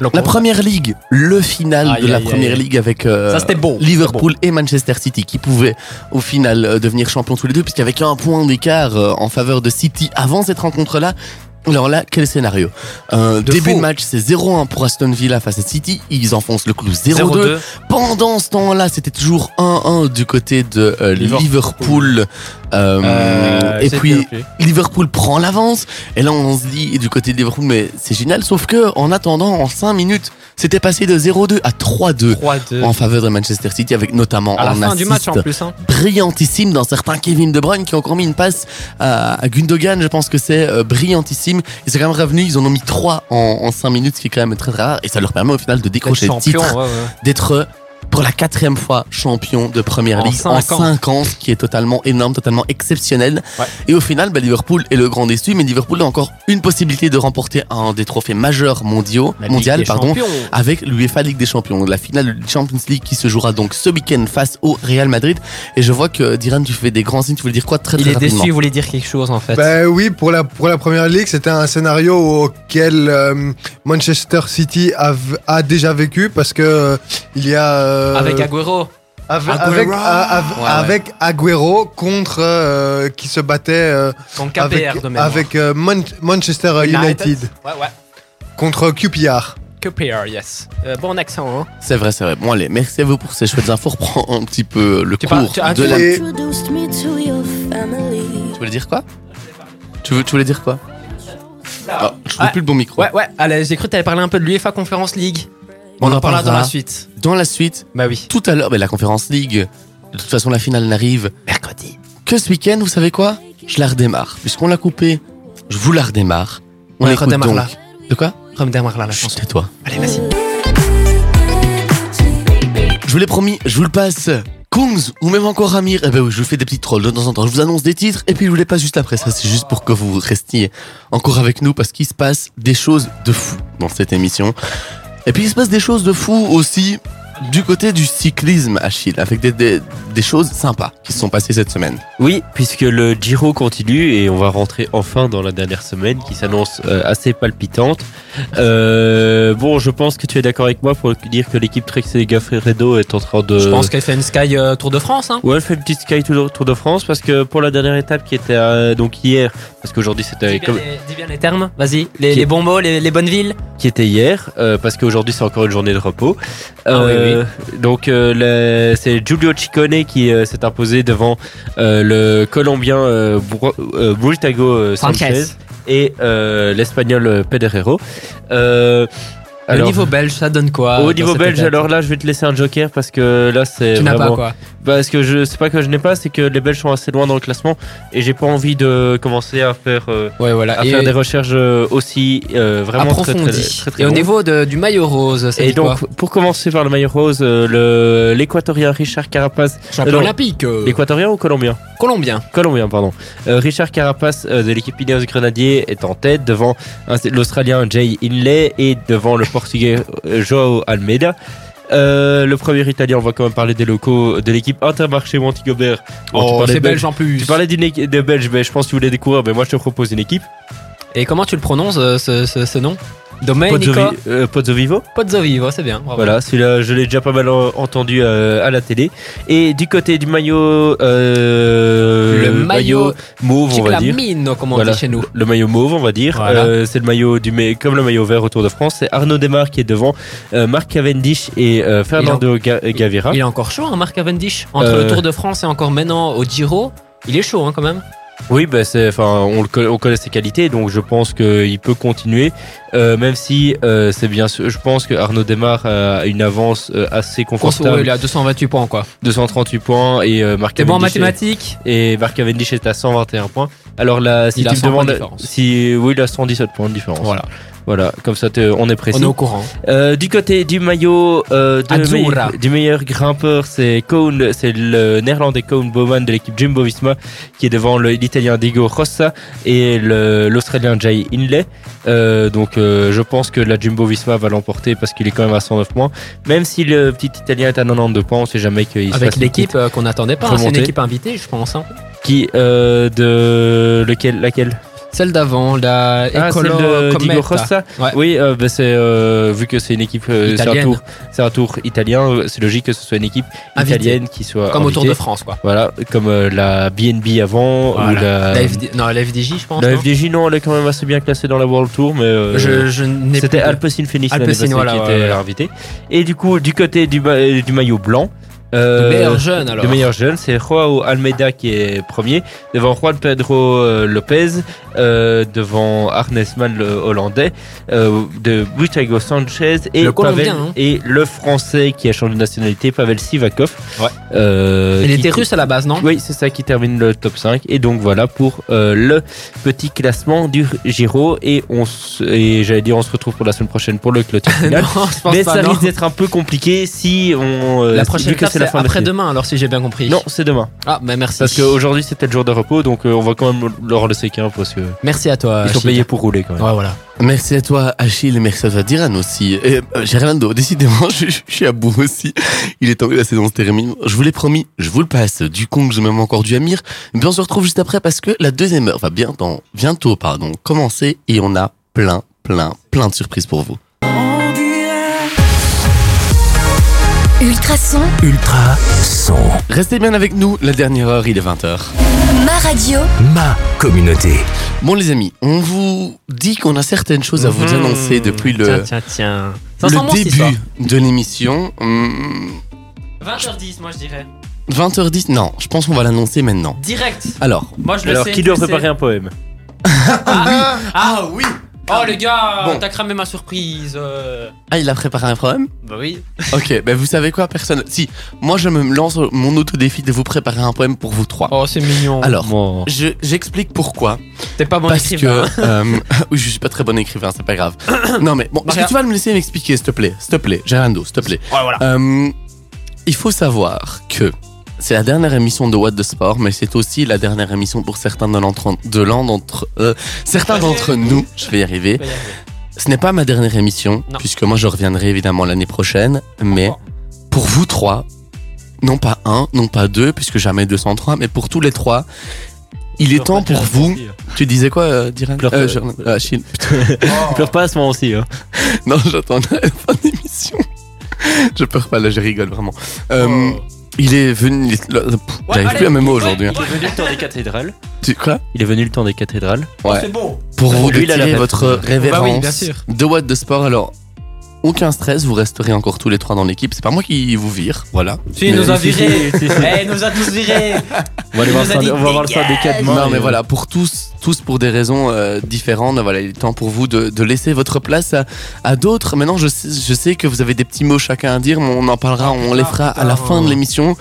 [SPEAKER 5] Donc,
[SPEAKER 1] La
[SPEAKER 5] on-
[SPEAKER 1] première ligue, le final
[SPEAKER 5] Aïe,
[SPEAKER 1] de la
[SPEAKER 5] aïe,
[SPEAKER 1] première
[SPEAKER 5] aïe.
[SPEAKER 1] ligue avec euh,
[SPEAKER 5] Ça, c'était beau.
[SPEAKER 1] Liverpool et Manchester City qui pouvaient au final euh, devenir champions tous les deux puisqu'avec un point d'écart euh, en faveur de City avant cette rencontre-là. Alors là, quel scénario Euh,
[SPEAKER 5] De
[SPEAKER 1] Début
[SPEAKER 5] fou.
[SPEAKER 1] de match, c'est 0-1 pour Aston Villa face à City. Ils enfoncent le clou 0-2.
[SPEAKER 5] 0-2.
[SPEAKER 1] Pendant ce temps-là, c'était toujours 1-1 du côté de euh, Liverpool.
[SPEAKER 5] Liverpool.
[SPEAKER 1] Euh,
[SPEAKER 5] Euh,
[SPEAKER 1] et
[SPEAKER 5] c'était
[SPEAKER 1] puis
[SPEAKER 5] ok.
[SPEAKER 1] Liverpool prend l'avance. Et là, on se dit du côté de Liverpool, mais c'est génial. Sauf que, en attendant, en 5 minutes, c'était passé de 0-2 à 3-2
[SPEAKER 5] 3-2.
[SPEAKER 1] en faveur de Manchester City, avec notamment
[SPEAKER 5] À la
[SPEAKER 1] un
[SPEAKER 5] fin du match
[SPEAKER 1] assist
[SPEAKER 5] en plus. Hein.
[SPEAKER 1] brillantissime d'un certain Kevin De Bruyne qui a encore mis une passe à, à Gundogan. Je pense que c'est euh, brillantissime. Ils sont quand même revenus. Ils en ont mis 3 en, en 5 minutes, ce qui est quand même très rare. Et ça leur permet au final de décrocher le
[SPEAKER 5] Champion,
[SPEAKER 1] titre
[SPEAKER 5] ouais, ouais.
[SPEAKER 1] d'être euh, pour la quatrième fois champion de première
[SPEAKER 5] En
[SPEAKER 1] ligue
[SPEAKER 5] cinq
[SPEAKER 1] en
[SPEAKER 5] ans.
[SPEAKER 1] 5 ans, ce qui est totalement énorme, totalement exceptionnel.
[SPEAKER 5] Ouais.
[SPEAKER 1] Et au final, bah, Liverpool est le grand déçu, mais Liverpool a encore une possibilité de remporter un des trophées majeurs mondiaux,
[SPEAKER 5] La Ligue
[SPEAKER 1] mondial,
[SPEAKER 5] des
[SPEAKER 1] pardon, Ah,
[SPEAKER 5] Champions.
[SPEAKER 1] avec l'UEFA Ligue des Champions, la finale de Champions League qui se jouera donc ce week-end face au Real Madrid. Et je vois que Diran, tu fais des grands signes, tu voulais dire quoi très
[SPEAKER 5] Il
[SPEAKER 1] très
[SPEAKER 5] est déçu,
[SPEAKER 1] rapidement
[SPEAKER 5] il voulait dire quelque chose en fait.
[SPEAKER 6] Ben oui, pour la, pour la première ligue, c'était un scénario auquel euh, Manchester City a, v- a déjà vécu parce que euh, il y a. euh,
[SPEAKER 5] Avec Agüero.
[SPEAKER 6] ave-
[SPEAKER 5] Aguero.
[SPEAKER 6] avec, a- av-
[SPEAKER 5] Ouais, ouais.
[SPEAKER 6] avec Agüero contre. euh, qui se battait euh,
[SPEAKER 5] Contre KPR
[SPEAKER 6] avec,
[SPEAKER 5] de même.
[SPEAKER 6] avec euh, Man- Manchester United,
[SPEAKER 5] Ouais, ouais.
[SPEAKER 6] contre QPR.
[SPEAKER 5] KPR, yes. Euh, bon accent, hein.
[SPEAKER 1] C'est vrai, c'est vrai. Bon allez, merci à vous pour ces chouettes infos. Reprends un petit peu euh, le
[SPEAKER 5] Tu
[SPEAKER 1] cours
[SPEAKER 5] parles- tu- ah,
[SPEAKER 1] de
[SPEAKER 5] tu-
[SPEAKER 1] la...
[SPEAKER 6] Et-
[SPEAKER 2] Introduced me to your family.
[SPEAKER 1] Tu voulais dire quoi tu, veux, tu voulais dire quoi Ah, Je trouve
[SPEAKER 5] Ouais.
[SPEAKER 1] plus le bon micro.
[SPEAKER 5] Ouais, ouais. Allez, j'ai cru que t'allais parler un peu de l'UEFA Conference League.
[SPEAKER 1] On
[SPEAKER 5] On,
[SPEAKER 1] en
[SPEAKER 5] en parlera dans
[SPEAKER 1] parlera.
[SPEAKER 5] la suite.
[SPEAKER 1] Dans la suite,
[SPEAKER 5] Bah oui.
[SPEAKER 1] tout à l'heure, mais la conférence League, de toute façon, la finale n'arrive
[SPEAKER 5] Mercredi.
[SPEAKER 1] que ce week-end, vous savez quoi Je la redémarre. Puisqu'on l'a coupée, je vous la redémarre.
[SPEAKER 5] On la
[SPEAKER 1] écoute
[SPEAKER 5] redémarre
[SPEAKER 1] donc-
[SPEAKER 5] là.
[SPEAKER 1] De quoi
[SPEAKER 5] Comme derrière là, la
[SPEAKER 1] Chut,
[SPEAKER 5] chanson.
[SPEAKER 1] tais-toi.
[SPEAKER 5] Allez, vas-y.
[SPEAKER 1] Je vous l'ai promis, je vous le passe. Kungs ou même encore Amir. Eh ben oui, je vous fais des petits trolls de temps en temps. Je vous annonce des titres et puis je vous les passe juste après. Ça, c'est juste pour que vous restiez encore avec nous parce qu'il se passe des choses de fou dans cette émission. Et puis il se passe des choses de fou aussi du côté du cyclisme, Achille, avec des, des, des choses sympas qui se sont passées cette semaine.
[SPEAKER 4] Oui, puisque le Giro continue et on va rentrer enfin dans la dernière semaine qui s'annonce euh, assez palpitante. Euh, bon, je pense que tu es d'accord avec moi pour dire que l'équipe Trek Sega Fredo est en train de...
[SPEAKER 5] Je pense qu'elle fait une Sky euh, Tour de France, hein.
[SPEAKER 4] Ouais, elle fait une petite Sky Tour Tour de France parce que pour la dernière étape qui était euh, donc hier, parce qu'aujourd'hui c'était
[SPEAKER 5] Dis bien,
[SPEAKER 4] Euh, comme-
[SPEAKER 5] les, dis bien les termes, vas-y. Les,
[SPEAKER 4] Qui-
[SPEAKER 5] les bons mots, les, les bonnes villes.
[SPEAKER 4] qui était hier, euh, parce qu'aujourd'hui c'est encore une journée de repos.
[SPEAKER 5] Ah
[SPEAKER 4] Donc euh, le- c'est Giulio Ciccone qui euh, s'est imposé devant euh, le Colombien euh, Bro- euh, Brutago euh, Sanchez
[SPEAKER 5] Sanchez.
[SPEAKER 4] et euh, l'Espagnol euh, Pedrero. Euh,
[SPEAKER 5] Au
[SPEAKER 4] Alors,
[SPEAKER 5] niveau belge, ça donne quoi
[SPEAKER 4] au
[SPEAKER 5] dans
[SPEAKER 4] niveau
[SPEAKER 5] cette
[SPEAKER 4] belge,
[SPEAKER 5] étape
[SPEAKER 4] alors là, je vais te laisser un joker parce que là, c'est
[SPEAKER 5] Tu n'as pas
[SPEAKER 4] vraiment-
[SPEAKER 5] quoi
[SPEAKER 4] Parce que je sais pas que je n'ai pas, c'est que les Belges sont assez loin dans le classement et j'ai pas envie de commencer à faire euh,
[SPEAKER 5] Ouais, voilà.
[SPEAKER 4] à
[SPEAKER 5] Et
[SPEAKER 4] faire des recherches euh, aussi euh, vraiment très, très,
[SPEAKER 5] approfondi.
[SPEAKER 4] très, très
[SPEAKER 5] Et au
[SPEAKER 4] longues.
[SPEAKER 5] niveau de- du maillot rose, c'est
[SPEAKER 4] Et donc, pour commencer par le maillot rose, euh, le- l'équatorien Richard Carapace,
[SPEAKER 5] champion
[SPEAKER 4] non.
[SPEAKER 5] olympique, euh,
[SPEAKER 4] l'équatorien ou colombien
[SPEAKER 5] colombien.
[SPEAKER 4] Colombien, pardon. Euh, Richard Carapace euh, de l'équipe Ineos Grenadier est en tête devant un- l'Australien Jay Inlay et devant le Portugais euh, João Almeida. Euh, le premier Italien, on va quand même parler des locaux de l'équipe Intermarché Montigobert. Bon, tu
[SPEAKER 5] Oh,
[SPEAKER 4] parlais
[SPEAKER 5] c'est
[SPEAKER 4] belge.
[SPEAKER 5] belge en
[SPEAKER 4] Tu
[SPEAKER 5] plus.
[SPEAKER 4] parlais d'une équipe des Belges, mais je pense que tu voulais des coureurs, mais moi je te propose une équipe.
[SPEAKER 5] Et comment tu le prononces euh, ce, ce- ce nom Domenico
[SPEAKER 4] Pozzovi- euh, Pozzovivo.
[SPEAKER 5] Pozzovivo, c'est bien. bravo.
[SPEAKER 4] Voilà, celui-là, je l'ai déjà pas mal en- entendu euh, à la télé. Et du côté du maillot, euh,
[SPEAKER 5] Le maillot
[SPEAKER 4] mauve, on va dire.
[SPEAKER 5] Chiclamino, comme on
[SPEAKER 4] Voilà.
[SPEAKER 5] dit chez nous.
[SPEAKER 4] Le maillot mauve, on va dire.
[SPEAKER 5] Voilà.
[SPEAKER 4] Euh, c'est le maillot du mai- comme le maillot vert au Tour de France. C'est Arnaud Demar qui est devant, euh, Marc Cavendish et euh, Fernando Ga- Gaviria.
[SPEAKER 5] Il est encore chaud, hein, Marc Cavendish. Entre
[SPEAKER 4] Euh.
[SPEAKER 5] le Tour de France et encore maintenant au Giro, il est chaud hein, quand même.
[SPEAKER 4] Oui, bah c'est, enfin, on, le conna- on connaît ses qualités, donc je pense qu'il peut continuer, Euh, même si euh, c'est bien sûr. Je pense que Arnaud Demar euh, a une avance euh, assez
[SPEAKER 5] François, il
[SPEAKER 4] confortable,
[SPEAKER 5] est à 228 points, quoi.
[SPEAKER 4] 238 points et euh, Marc
[SPEAKER 5] T'es bon en
[SPEAKER 4] Cavendish est-
[SPEAKER 5] mathématiques
[SPEAKER 4] et Marc Cavendish est à 121 points. Alors là, si
[SPEAKER 5] Il a
[SPEAKER 4] tu me
[SPEAKER 5] 100 points de
[SPEAKER 4] demandes,
[SPEAKER 5] différence.
[SPEAKER 4] si oui, il a 117 points de différence.
[SPEAKER 5] Voilà,
[SPEAKER 4] Voilà, comme ça, te- on est
[SPEAKER 5] on
[SPEAKER 4] précis.
[SPEAKER 5] est au courant.
[SPEAKER 4] Euh, du côté du maillot euh, de
[SPEAKER 5] Azzurra.
[SPEAKER 4] me- du meilleur grimpeur, c'est Cohn, c'est le néerlandais Cohn Bowman de l'équipe Jumbo Visma qui est devant le- l'italien Diego Rossa et le- l'australien Jay Inlay. Euh, donc euh, je pense que la Jumbo Visma va l'emporter parce qu'il est quand même à 109 points. Même si le petit italien est à 92 points, on sait jamais qu'il se
[SPEAKER 5] Avec
[SPEAKER 4] fasse une
[SPEAKER 5] l'équipe euh, qu'on n'attendait pas, hein, c'est une
[SPEAKER 4] remontée.
[SPEAKER 5] équipe invitée, je pense. hein.
[SPEAKER 4] petite- qui euh, de lequel laquelle
[SPEAKER 5] Celle d'avant, la
[SPEAKER 4] Ah, celle
[SPEAKER 5] Ecolo
[SPEAKER 4] de
[SPEAKER 5] Cometa.
[SPEAKER 4] Diego Costa.
[SPEAKER 5] Ouais.
[SPEAKER 4] Oui, euh, bah, c'est euh, vu que c'est une équipe, euh, c'est un
[SPEAKER 5] Italienne.
[SPEAKER 4] tour, c'est un tour italien. euh, C'est logique que ce soit une équipe
[SPEAKER 5] Invitée.
[SPEAKER 4] hein, italienne qui soit
[SPEAKER 5] Comme au Tour
[SPEAKER 4] invitée.
[SPEAKER 5] de France, quoi.
[SPEAKER 4] Voilà, comme euh, la BNB avant
[SPEAKER 5] Voilà.
[SPEAKER 4] ou
[SPEAKER 5] La
[SPEAKER 4] la.
[SPEAKER 5] FD Non, la FDJ, je pense.
[SPEAKER 4] Euh, La
[SPEAKER 5] non
[SPEAKER 4] FDJ, non, elle est quand même assez bien classée dans la World Tour, mais euh,
[SPEAKER 5] Je, je n'ai
[SPEAKER 4] c'était
[SPEAKER 5] plus de-
[SPEAKER 4] Alpecin Phoenix l'année
[SPEAKER 5] Alpecin,
[SPEAKER 4] passée
[SPEAKER 5] voilà,
[SPEAKER 4] qui
[SPEAKER 5] ouais,
[SPEAKER 4] était
[SPEAKER 5] ouais.
[SPEAKER 4] invité. Et du coup, du côté du, ma- du maillot blanc,
[SPEAKER 5] Le
[SPEAKER 4] euh,
[SPEAKER 5] meilleur jeune, alors.
[SPEAKER 4] le meilleur jeune, c'est Joao Almeida qui est premier, devant Juan Pedro euh, Lopez, euh, devant Arnesman le hollandais, euh, de Butago Sanchez et,
[SPEAKER 5] Le
[SPEAKER 4] Pavel,
[SPEAKER 5] Colombien, hein.
[SPEAKER 4] et le français qui a changé de nationalité, Pavel Sivakov.
[SPEAKER 5] Ouais.
[SPEAKER 4] Euh,
[SPEAKER 5] Il
[SPEAKER 4] qui-
[SPEAKER 5] était russe à la base, non
[SPEAKER 4] Oui, c'est ça qui termine le top 5. Et donc voilà pour euh, le petit classement du Giro. Et, on se- et j'allais dire, on se retrouve pour la semaine prochaine pour le clôture final.
[SPEAKER 5] Non, je pense
[SPEAKER 4] Mais
[SPEAKER 5] pas,
[SPEAKER 4] ça
[SPEAKER 5] non.
[SPEAKER 4] risque d'être un peu compliqué si on. euh,
[SPEAKER 5] La
[SPEAKER 4] si-
[SPEAKER 5] prochaine
[SPEAKER 4] vu que
[SPEAKER 5] étape,
[SPEAKER 4] c'est
[SPEAKER 5] c'est
[SPEAKER 4] la fin de la saison.
[SPEAKER 5] après-demain, alors si j'ai bien compris.
[SPEAKER 4] Non, c'est demain.
[SPEAKER 5] Ah, bah merci.
[SPEAKER 4] Parce qu'aujourd'hui c'était le jour de repos, donc euh, on va quand même leur laisser qu'un parce que
[SPEAKER 5] Merci à
[SPEAKER 1] Ah,
[SPEAKER 5] toi.
[SPEAKER 4] ils sont
[SPEAKER 5] Achille.
[SPEAKER 4] payés pour rouler quand même.
[SPEAKER 5] Ouais, voilà.
[SPEAKER 1] Merci à toi, Achille. Merci à toi, Diran aussi. Et, euh, Gerlando, décidément, je, je suis à bout aussi. Il est temps que la saison se termine. Je vous l'ai promis, je vous le passe. Du con que je même encore du Amir. Mais on se retrouve juste après parce que la deuxième heure va bientôt, bientôt, pardon, commencer et on a plein, plein, plein de surprises pour vous.
[SPEAKER 2] Ultrason,
[SPEAKER 3] Ultra son.
[SPEAKER 1] Restez bien avec nous. La dernière heure, il est 20h.
[SPEAKER 2] ma radio.
[SPEAKER 3] Ma communauté.
[SPEAKER 1] Bon, les amis, on vous dit qu'on a certaines choses à vous
[SPEAKER 4] Mhm.
[SPEAKER 1] annoncer depuis
[SPEAKER 5] Tiens,
[SPEAKER 1] le,
[SPEAKER 5] tiens, tiens. Ça sent
[SPEAKER 1] le
[SPEAKER 5] bon, cette histoire.
[SPEAKER 1] début de l'émission. Hum,
[SPEAKER 5] 20h10, moi je dirais.
[SPEAKER 1] 20h10, non, je pense qu'on va l'annoncer maintenant.
[SPEAKER 5] Direct.
[SPEAKER 1] Alors,
[SPEAKER 5] Moi je le
[SPEAKER 4] Alors
[SPEAKER 5] sais.
[SPEAKER 4] qui
[SPEAKER 5] tu
[SPEAKER 4] doit
[SPEAKER 5] le sais.
[SPEAKER 4] préparer un poème
[SPEAKER 5] Ah,
[SPEAKER 1] Ah oui
[SPEAKER 5] Oh le gars,
[SPEAKER 1] Bon.
[SPEAKER 5] t'as cramé ma surprise. euh.
[SPEAKER 1] Ah, il a préparé un problème
[SPEAKER 5] Bah oui.
[SPEAKER 1] Ok, ben vous savez quoi, personne. Si, moi je me lance mon autodéfi de vous préparer un poème pour vous trois.
[SPEAKER 5] Oh c'est mignon.
[SPEAKER 1] Alors,
[SPEAKER 4] Bon.
[SPEAKER 1] je- j'explique pourquoi.
[SPEAKER 5] T'es pas bon
[SPEAKER 1] parce
[SPEAKER 5] écrivain.
[SPEAKER 1] que. euh, oui, je suis pas très bon écrivain, c'est pas grave. non mais, bon, est-ce
[SPEAKER 5] Maria-
[SPEAKER 1] que tu vas me laisser m'expliquer, s'il te plaît S'il te plaît, Gerando, s'il te plaît.
[SPEAKER 5] Ouais, voilà.
[SPEAKER 1] Euh, il faut savoir que c'est la dernière émission de What the Sport, mais c'est aussi la dernière émission pour certains de l'entre- de l'un d'entre euh, certains d'entre nous. Je vais y arriver. Ce n'est pas ma dernière émission,
[SPEAKER 5] Non.
[SPEAKER 1] puisque moi je reviendrai évidemment l'année prochaine, mais pour vous trois, non pas un, non pas deux, puisque jamais 203, mais pour tous les trois, il est temps pour vous. Tu disais quoi, euh, Diran
[SPEAKER 4] Pleure-
[SPEAKER 1] Euh, Jérôme- euh, Achille.
[SPEAKER 4] Pleure pas à ce moment aussi. Hein.
[SPEAKER 1] Non, j'attends la fin de l'émission. Je pleure pas, là, je rigole vraiment. Euh, Il est venu. il est- là, pff, J'arrive plus à mes mots aujourd'hui. hein.
[SPEAKER 4] Il est venu le temps des cathédrales.
[SPEAKER 1] Tu quoi
[SPEAKER 4] Il est venu le temps des cathédrales.
[SPEAKER 1] Ouais.
[SPEAKER 5] C'est beau.
[SPEAKER 1] Pour vous
[SPEAKER 4] Lui, il a la
[SPEAKER 1] retirer
[SPEAKER 4] tête.
[SPEAKER 1] votre
[SPEAKER 4] Bah
[SPEAKER 1] révérence
[SPEAKER 5] bien sûr.
[SPEAKER 1] de What the Sport, alors aucun stress, vous resterez encore tous les trois dans l'équipe. C'est pas moi qui vous vire, voilà.
[SPEAKER 5] Si, il
[SPEAKER 4] Mais-
[SPEAKER 5] nous a
[SPEAKER 4] si, si,
[SPEAKER 5] virés.
[SPEAKER 4] si, si, si.
[SPEAKER 5] Eh, il nous a tous virés.
[SPEAKER 4] On va aller
[SPEAKER 5] Il
[SPEAKER 4] voir
[SPEAKER 5] nous a
[SPEAKER 4] ça-
[SPEAKER 5] dit
[SPEAKER 4] on va voir le syndicat
[SPEAKER 5] dégage.
[SPEAKER 4] demain.
[SPEAKER 1] Non, mais voilà, pour tous, tous pour des raisons euh, différentes, voilà, il est temps pour vous de, de laisser votre place à, à d'autres. Maintenant, je sais, je sais que vous avez des petits mots chacun à dire, mais on en parlera, on les fera à la fin de l'émission.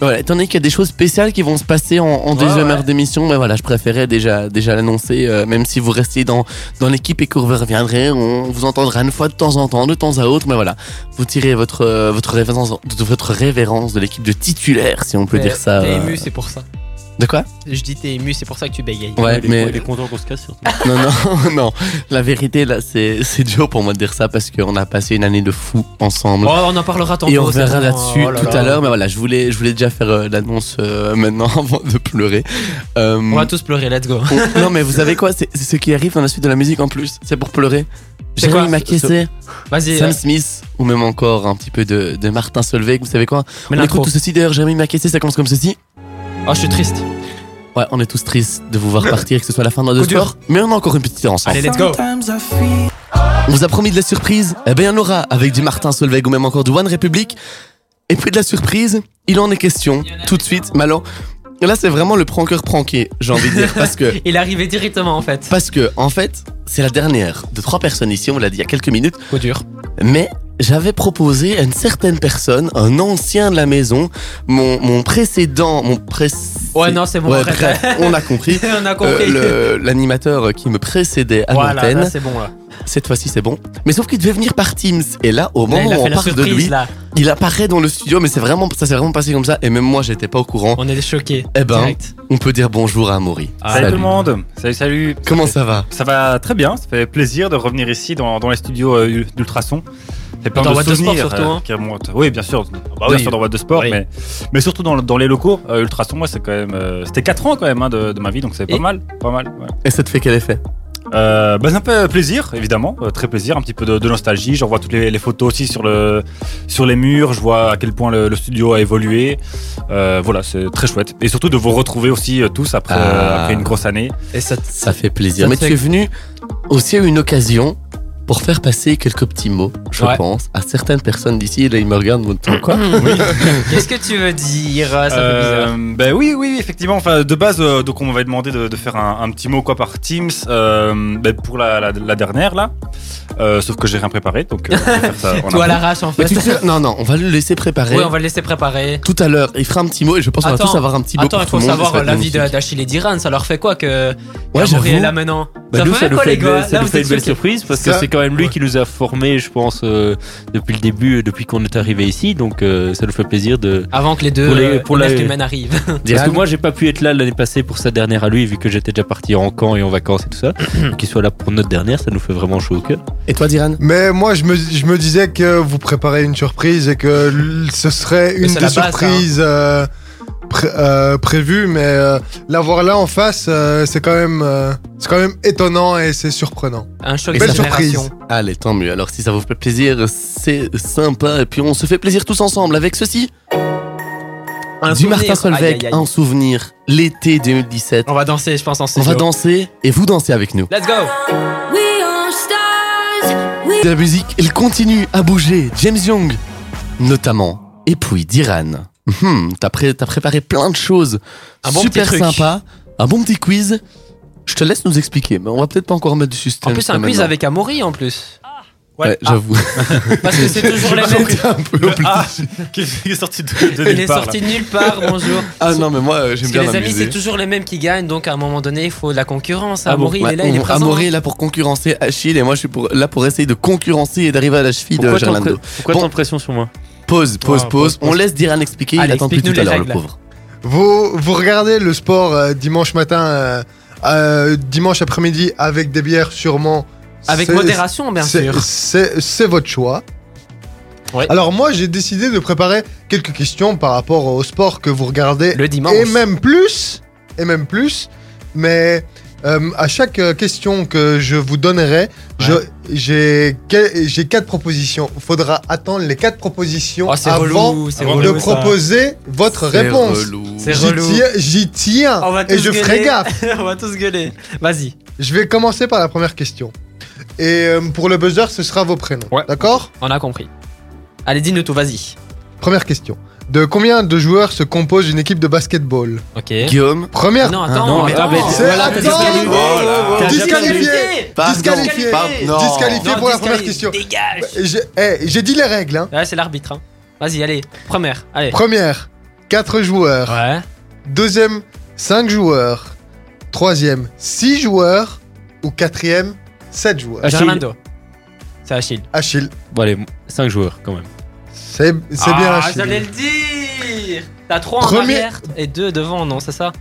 [SPEAKER 1] Voilà, étant donné qu'il y a des choses spéciales qui vont se passer en, en deuxième heure d'émission, mais voilà, je préférais déjà, déjà l'annoncer, euh, même si vous restiez dans, dans l'équipe et que vous reviendrez, on vous entendra une fois de temps en temps, de temps à autre, mais voilà, vous tirez votre, euh, votre, révérence, de- votre révérence de l'équipe de titulaire, si on peut dire ça.
[SPEAKER 5] T'es
[SPEAKER 1] euh,
[SPEAKER 5] ému, c'est pour ça.
[SPEAKER 1] De quoi
[SPEAKER 5] Je dis t'es ému, c'est pour ça que tu bégayes.
[SPEAKER 1] Ouais,
[SPEAKER 4] Il est-
[SPEAKER 1] mais
[SPEAKER 4] Il est content qu'on se casse surtout.
[SPEAKER 1] Non, non, non. La vérité, là, c'est c'est dur pour moi de dire ça parce qu'on a passé une année de fou ensemble.
[SPEAKER 5] Oh, on en parlera tantôt.
[SPEAKER 1] Et on verra
[SPEAKER 5] certainement.
[SPEAKER 1] là-dessus
[SPEAKER 5] Oh là
[SPEAKER 1] tout
[SPEAKER 5] là.
[SPEAKER 1] à l'heure, mais voilà, je voulais, je voulais déjà faire euh, l'annonce euh, maintenant avant de pleurer. Euh,
[SPEAKER 5] On va tous pleurer, let's go.
[SPEAKER 1] on- non, mais vous savez quoi C'est c'est ce qui arrive dans la suite de la musique en plus. C'est pour pleurer.
[SPEAKER 5] C'est quoi
[SPEAKER 1] Jérémy Mackessé,
[SPEAKER 5] Vas-y.
[SPEAKER 1] Sam
[SPEAKER 5] euh,
[SPEAKER 1] Smith, ou même encore un petit peu de, de Martin Solveig. Vous savez quoi
[SPEAKER 5] mets
[SPEAKER 1] On
[SPEAKER 5] euh, l'intro.
[SPEAKER 1] écoute tout ceci d'ailleurs. Jérémy Mackessé, ça commence comme ceci.
[SPEAKER 5] Oh, je suis triste.
[SPEAKER 1] Ouais, on est tous tristes de vous voir partir, que ce soit la fin de notre
[SPEAKER 5] Coup dur.
[SPEAKER 1] sport. Mais on a encore une petite hein. heure ensemble.
[SPEAKER 5] Allez, let's go.
[SPEAKER 1] On vous a promis de la surprise, eh bien il y en aura avec du Martin Solveig ou même encore du One Republic. Et puis de la surprise, il en est question tout de suite. Mais alors, là c'est vraiment le pranker pranké, j'ai envie de dire, parce que
[SPEAKER 5] Il est arrivé directement en fait.
[SPEAKER 1] parce que en fait c'est la dernière de trois personnes ici, on l'a dit il y a quelques minutes,
[SPEAKER 5] Coup dur.
[SPEAKER 1] mais j'avais proposé à une certaine personne, un ancien de la maison, mon, mon précédent, mon pré-
[SPEAKER 5] Ouais, non, c'est bon,
[SPEAKER 1] Ouais,
[SPEAKER 5] arrête.
[SPEAKER 1] bref, on a compris.
[SPEAKER 5] on a compris.
[SPEAKER 1] Euh, le- L'animateur qui me précédait à
[SPEAKER 5] voilà,
[SPEAKER 1] l'antenne
[SPEAKER 5] là, c'est bon là.
[SPEAKER 1] cette fois-ci c'est bon. Mais sauf qu'il devait venir par Teams. Et là, au
[SPEAKER 5] Là,
[SPEAKER 1] moment
[SPEAKER 5] il
[SPEAKER 1] où
[SPEAKER 5] a
[SPEAKER 1] on
[SPEAKER 5] fait la
[SPEAKER 1] parle de
[SPEAKER 5] surprise
[SPEAKER 1] lui,
[SPEAKER 5] là.
[SPEAKER 1] il apparaît dans le studio, mais c'est vraiment, ça s'est vraiment passé comme ça. Et même moi, j'étais pas au courant.
[SPEAKER 5] On est choqués.
[SPEAKER 1] Eh ben,
[SPEAKER 5] Direct.
[SPEAKER 1] on peut dire bonjour à Amaury.
[SPEAKER 5] Ah,
[SPEAKER 7] Salut, tout le monde Salut, salut
[SPEAKER 1] Comment ça va
[SPEAKER 7] Ça va très bien, ça fait plaisir de revenir ici dans, dans les studios euh, d'Ultrason. C'est plein
[SPEAKER 5] Dans
[SPEAKER 7] de
[SPEAKER 5] What the Sport,
[SPEAKER 7] souvenirs euh,
[SPEAKER 5] surtout, hein.
[SPEAKER 7] qui remontent. Oui, bien sûr. Ah bah oui,
[SPEAKER 5] Oui.
[SPEAKER 7] bien sûr, dans What the Sport,
[SPEAKER 5] Oui.
[SPEAKER 7] mais, mais surtout dans, dans les locaux. Euh, Ultrason, moi, c'est quand même. euh, C'était 4 ans quand même hein, de, de ma vie, donc c'est
[SPEAKER 5] Et-
[SPEAKER 7] pas mal. Pas mal. ouais.
[SPEAKER 1] Et ça te fait quel effet
[SPEAKER 7] Euh, bah, c'est un peu plaisir, évidemment, euh, très plaisir, un petit peu de, de nostalgie. J'en vois toutes les, les photos aussi sur, le, sur les murs, je vois à quel point le, le studio a évolué. Euh, voilà, c'est très chouette. Et surtout de vous retrouver aussi euh, tous après,
[SPEAKER 1] Ah.
[SPEAKER 7] après une grosse année.
[SPEAKER 5] Et ça,
[SPEAKER 1] Ça fait plaisir.
[SPEAKER 5] Ça te
[SPEAKER 1] mais
[SPEAKER 5] fait-
[SPEAKER 1] tu es venu aussi à une occasion pour faire passer quelques petits mots, je
[SPEAKER 5] Ouais.
[SPEAKER 1] pense, à certaines personnes d'ici. Et là, ils me regardent, ils me disent, quoi
[SPEAKER 5] Qu'est-ce que tu veux dire
[SPEAKER 1] Ah,
[SPEAKER 5] Ça fait bizarre.
[SPEAKER 7] Euh, ben oui, oui, oui, effectivement. Enfin, de base, euh, donc on m'avait demandé de, de faire un, un petit mot quoi par Teams euh, ben, pour la, la- la dernière là. Euh, sauf que j'ai rien préparé, donc euh, je vais faire ça en
[SPEAKER 5] Tout à
[SPEAKER 7] avance.
[SPEAKER 5] l'arrache en
[SPEAKER 1] Mais
[SPEAKER 5] fait.
[SPEAKER 1] tu sais- Bah, Non, non, on va le laisser préparer.
[SPEAKER 5] Oui, on va le laisser préparer.
[SPEAKER 1] Tout à l'heure, il fera un petit mot et je pense qu'on va
[SPEAKER 5] Attends,
[SPEAKER 1] tous avoir un petit mot.
[SPEAKER 5] Attends,
[SPEAKER 1] pour
[SPEAKER 5] il
[SPEAKER 1] tout
[SPEAKER 5] faut
[SPEAKER 1] le monde, ça va
[SPEAKER 5] savoir
[SPEAKER 1] être
[SPEAKER 5] l'avis de-
[SPEAKER 1] magnifique.
[SPEAKER 5] d'Achille et d'Iran. Ça leur fait quoi que
[SPEAKER 1] Ouais,
[SPEAKER 5] qu'Amaury est
[SPEAKER 1] j'avoue.
[SPEAKER 5] là maintenant
[SPEAKER 4] Bah,
[SPEAKER 5] Ça
[SPEAKER 4] nous,
[SPEAKER 5] fait
[SPEAKER 4] ça nous
[SPEAKER 5] quoi
[SPEAKER 4] fait
[SPEAKER 5] les
[SPEAKER 4] une
[SPEAKER 5] gars
[SPEAKER 4] belle- ça
[SPEAKER 5] Là,
[SPEAKER 4] nous
[SPEAKER 5] vous
[SPEAKER 4] fait
[SPEAKER 5] êtes
[SPEAKER 4] une belle
[SPEAKER 5] choqués.
[SPEAKER 4] surprise parce que
[SPEAKER 6] Ça-
[SPEAKER 4] c'est quand même lui qui nous a formés, je pense, euh, depuis le début, euh, depuis qu'on est arrivé ici. Donc euh, ça nous fait plaisir de.
[SPEAKER 5] Avant que les deux
[SPEAKER 4] Pour les-
[SPEAKER 5] euh,
[SPEAKER 4] pour la-
[SPEAKER 5] l'ère humaine arrivent.
[SPEAKER 4] Parce que moi, j'ai pas pu être là l'année passée pour sa dernière à lui, vu que j'étais déjà parti en camp et en vacances et tout ça. Donc, Qu'il soit là pour notre dernière, ça nous fait vraiment chaud au cœur.
[SPEAKER 1] Et toi, Diran
[SPEAKER 6] Mais moi, je me, je me disais que vous préparez une surprise et que l- ce serait une
[SPEAKER 5] c'est la
[SPEAKER 6] des
[SPEAKER 5] base, hein.
[SPEAKER 6] surprises euh, pré- euh, prévues, mais euh, l'avoir là en face, euh, c'est quand même, euh, c'est quand même étonnant et c'est surprenant.
[SPEAKER 5] Un choc
[SPEAKER 1] Et
[SPEAKER 5] de
[SPEAKER 1] belle
[SPEAKER 5] génération.
[SPEAKER 1] Allez, tant mieux. Alors si ça vous fait plaisir, c'est sympa. Et puis on se fait plaisir tous ensemble avec ceci.
[SPEAKER 5] Un
[SPEAKER 1] du
[SPEAKER 5] souvenir.
[SPEAKER 1] Martin Solveig,
[SPEAKER 5] Aïe, aïe, aïe.
[SPEAKER 1] un souvenir. L'été 2017.
[SPEAKER 5] On va danser, je pense, en
[SPEAKER 1] On
[SPEAKER 5] studio.
[SPEAKER 1] va danser et vous dansez avec nous.
[SPEAKER 5] Let's go
[SPEAKER 2] We are stars. We
[SPEAKER 1] De la musique, elle continue à bouger. James Young, notamment. Et puis Diran. Hum, T'as pré- t'as préparé plein de choses.
[SPEAKER 5] Un bon
[SPEAKER 1] Super
[SPEAKER 5] petit truc.
[SPEAKER 1] sympa. Un bon petit quiz. Je te laisse nous expliquer, mais on va peut-être pas encore mettre du suspense.
[SPEAKER 5] En plus, un
[SPEAKER 1] là,
[SPEAKER 5] quiz Ah,
[SPEAKER 1] maintenant.
[SPEAKER 5] avec Amaury en plus.
[SPEAKER 7] Ouais,
[SPEAKER 1] Ouais, j'avoue.
[SPEAKER 5] Parce que c'est toujours les mêmes.
[SPEAKER 1] un peu plus.
[SPEAKER 7] Ah, qui est sorti de,
[SPEAKER 5] Il
[SPEAKER 7] de
[SPEAKER 5] est
[SPEAKER 7] nulle part, là.
[SPEAKER 5] sorti de nulle part, bonjour.
[SPEAKER 1] Ah non, mais moi, euh, j'aime
[SPEAKER 5] Parce que
[SPEAKER 1] bien
[SPEAKER 5] les amis,
[SPEAKER 1] m'amuser.
[SPEAKER 5] c'est toujours les mêmes qui gagnent, donc à un moment donné, il faut de la concurrence.
[SPEAKER 1] Ah bon,
[SPEAKER 5] Amaury, il est
[SPEAKER 1] ouais,
[SPEAKER 5] là, il est
[SPEAKER 1] on-
[SPEAKER 5] présent. hein.
[SPEAKER 1] Amaury est là pour concurrencer Achille et moi je suis pour, là pour essayer de concurrencer et d'arriver à la cheville
[SPEAKER 4] Pourquoi
[SPEAKER 1] de
[SPEAKER 4] tant de
[SPEAKER 1] Gerlando.
[SPEAKER 4] pres- pourquoi
[SPEAKER 1] Bon.
[SPEAKER 4] tant de pression sur moi
[SPEAKER 1] Pause, pause,
[SPEAKER 5] Ouais,
[SPEAKER 1] pause.
[SPEAKER 5] pause,
[SPEAKER 1] On
[SPEAKER 5] pause.
[SPEAKER 1] laisse Diran expliquer, il
[SPEAKER 5] Allez,
[SPEAKER 1] attend depuis tout
[SPEAKER 5] explique-nous
[SPEAKER 1] à
[SPEAKER 5] les
[SPEAKER 1] l'heure le
[SPEAKER 5] règles.
[SPEAKER 1] pauvre.
[SPEAKER 6] Vous, vous regardez le sport euh, dimanche matin, euh, euh, dimanche après-midi avec des bières sûrement.
[SPEAKER 5] Avec
[SPEAKER 6] C'est-
[SPEAKER 5] modération, bien
[SPEAKER 6] c'est-
[SPEAKER 5] sûr.
[SPEAKER 6] C'est c'est votre choix.
[SPEAKER 5] Ouais.
[SPEAKER 6] Alors moi, j'ai décidé de préparer quelques questions par rapport au sport que vous regardez
[SPEAKER 5] Le dimanche.
[SPEAKER 6] Et même plus, et même plus, mais euh, à chaque euh, question que je vous donnerai, je- j'ai que- j'ai quatre propositions. Faudra attendre les quatre propositions
[SPEAKER 5] Oh, c'est
[SPEAKER 6] avant
[SPEAKER 5] relou, c'est
[SPEAKER 7] avant
[SPEAKER 6] de
[SPEAKER 5] relou. ça.
[SPEAKER 6] proposer votre réponse.
[SPEAKER 1] C'est relou.
[SPEAKER 5] C'est
[SPEAKER 6] J'y
[SPEAKER 5] relou.
[SPEAKER 6] tiens, j'y tiens
[SPEAKER 5] On va
[SPEAKER 6] et
[SPEAKER 5] tous
[SPEAKER 6] je ferai
[SPEAKER 5] gueuler.
[SPEAKER 6] gaffe.
[SPEAKER 5] On va tous gueuler. Vas-y.
[SPEAKER 6] Je vais commencer par la première question. Et euh, pour le buzzer, ce sera vos prénoms.
[SPEAKER 5] Ouais.
[SPEAKER 6] D'accord
[SPEAKER 5] On a compris. Allez, dis-nous tout, vas-y.
[SPEAKER 6] Première question. De combien de joueurs se compose une équipe de basketball
[SPEAKER 5] Ok.
[SPEAKER 1] Guillaume,
[SPEAKER 6] Première.
[SPEAKER 5] Non,
[SPEAKER 4] Ah,
[SPEAKER 5] attends,
[SPEAKER 4] non,
[SPEAKER 5] mais
[SPEAKER 4] attends, mais-
[SPEAKER 6] C'est
[SPEAKER 5] voilà, t'as
[SPEAKER 6] attends,
[SPEAKER 5] disqualifié.
[SPEAKER 7] voilà.
[SPEAKER 5] T'as déjà
[SPEAKER 6] Disqualifié.
[SPEAKER 5] perdu.
[SPEAKER 1] pardon,
[SPEAKER 6] Disqualifié.
[SPEAKER 1] pardon. Non.
[SPEAKER 6] Disqualifié
[SPEAKER 5] Non,
[SPEAKER 6] pour la
[SPEAKER 5] disqualifié.
[SPEAKER 6] première question.
[SPEAKER 5] Dégage.
[SPEAKER 6] J'ai eh, j'ai dit les règles. Hein.
[SPEAKER 5] Ouais, c'est l'arbitre. hein. Vas-y, allez, première. Allez.
[SPEAKER 6] Première, 4 joueurs.
[SPEAKER 5] Ouais.
[SPEAKER 6] Deuxième, 5 joueurs. Troisième, 6 joueurs. Ou quatrième, 7 joueurs.
[SPEAKER 4] Ah, Achille.
[SPEAKER 5] Gerlando. C'est Achille.
[SPEAKER 6] Achille.
[SPEAKER 4] Bon, allez, 5 joueurs quand même.
[SPEAKER 6] C'est c'est bien
[SPEAKER 5] Ah,
[SPEAKER 6] Achille.
[SPEAKER 5] j'allais le dire T'as 3 en
[SPEAKER 6] Premier-
[SPEAKER 5] arrière et 2 devant, non, c'est ça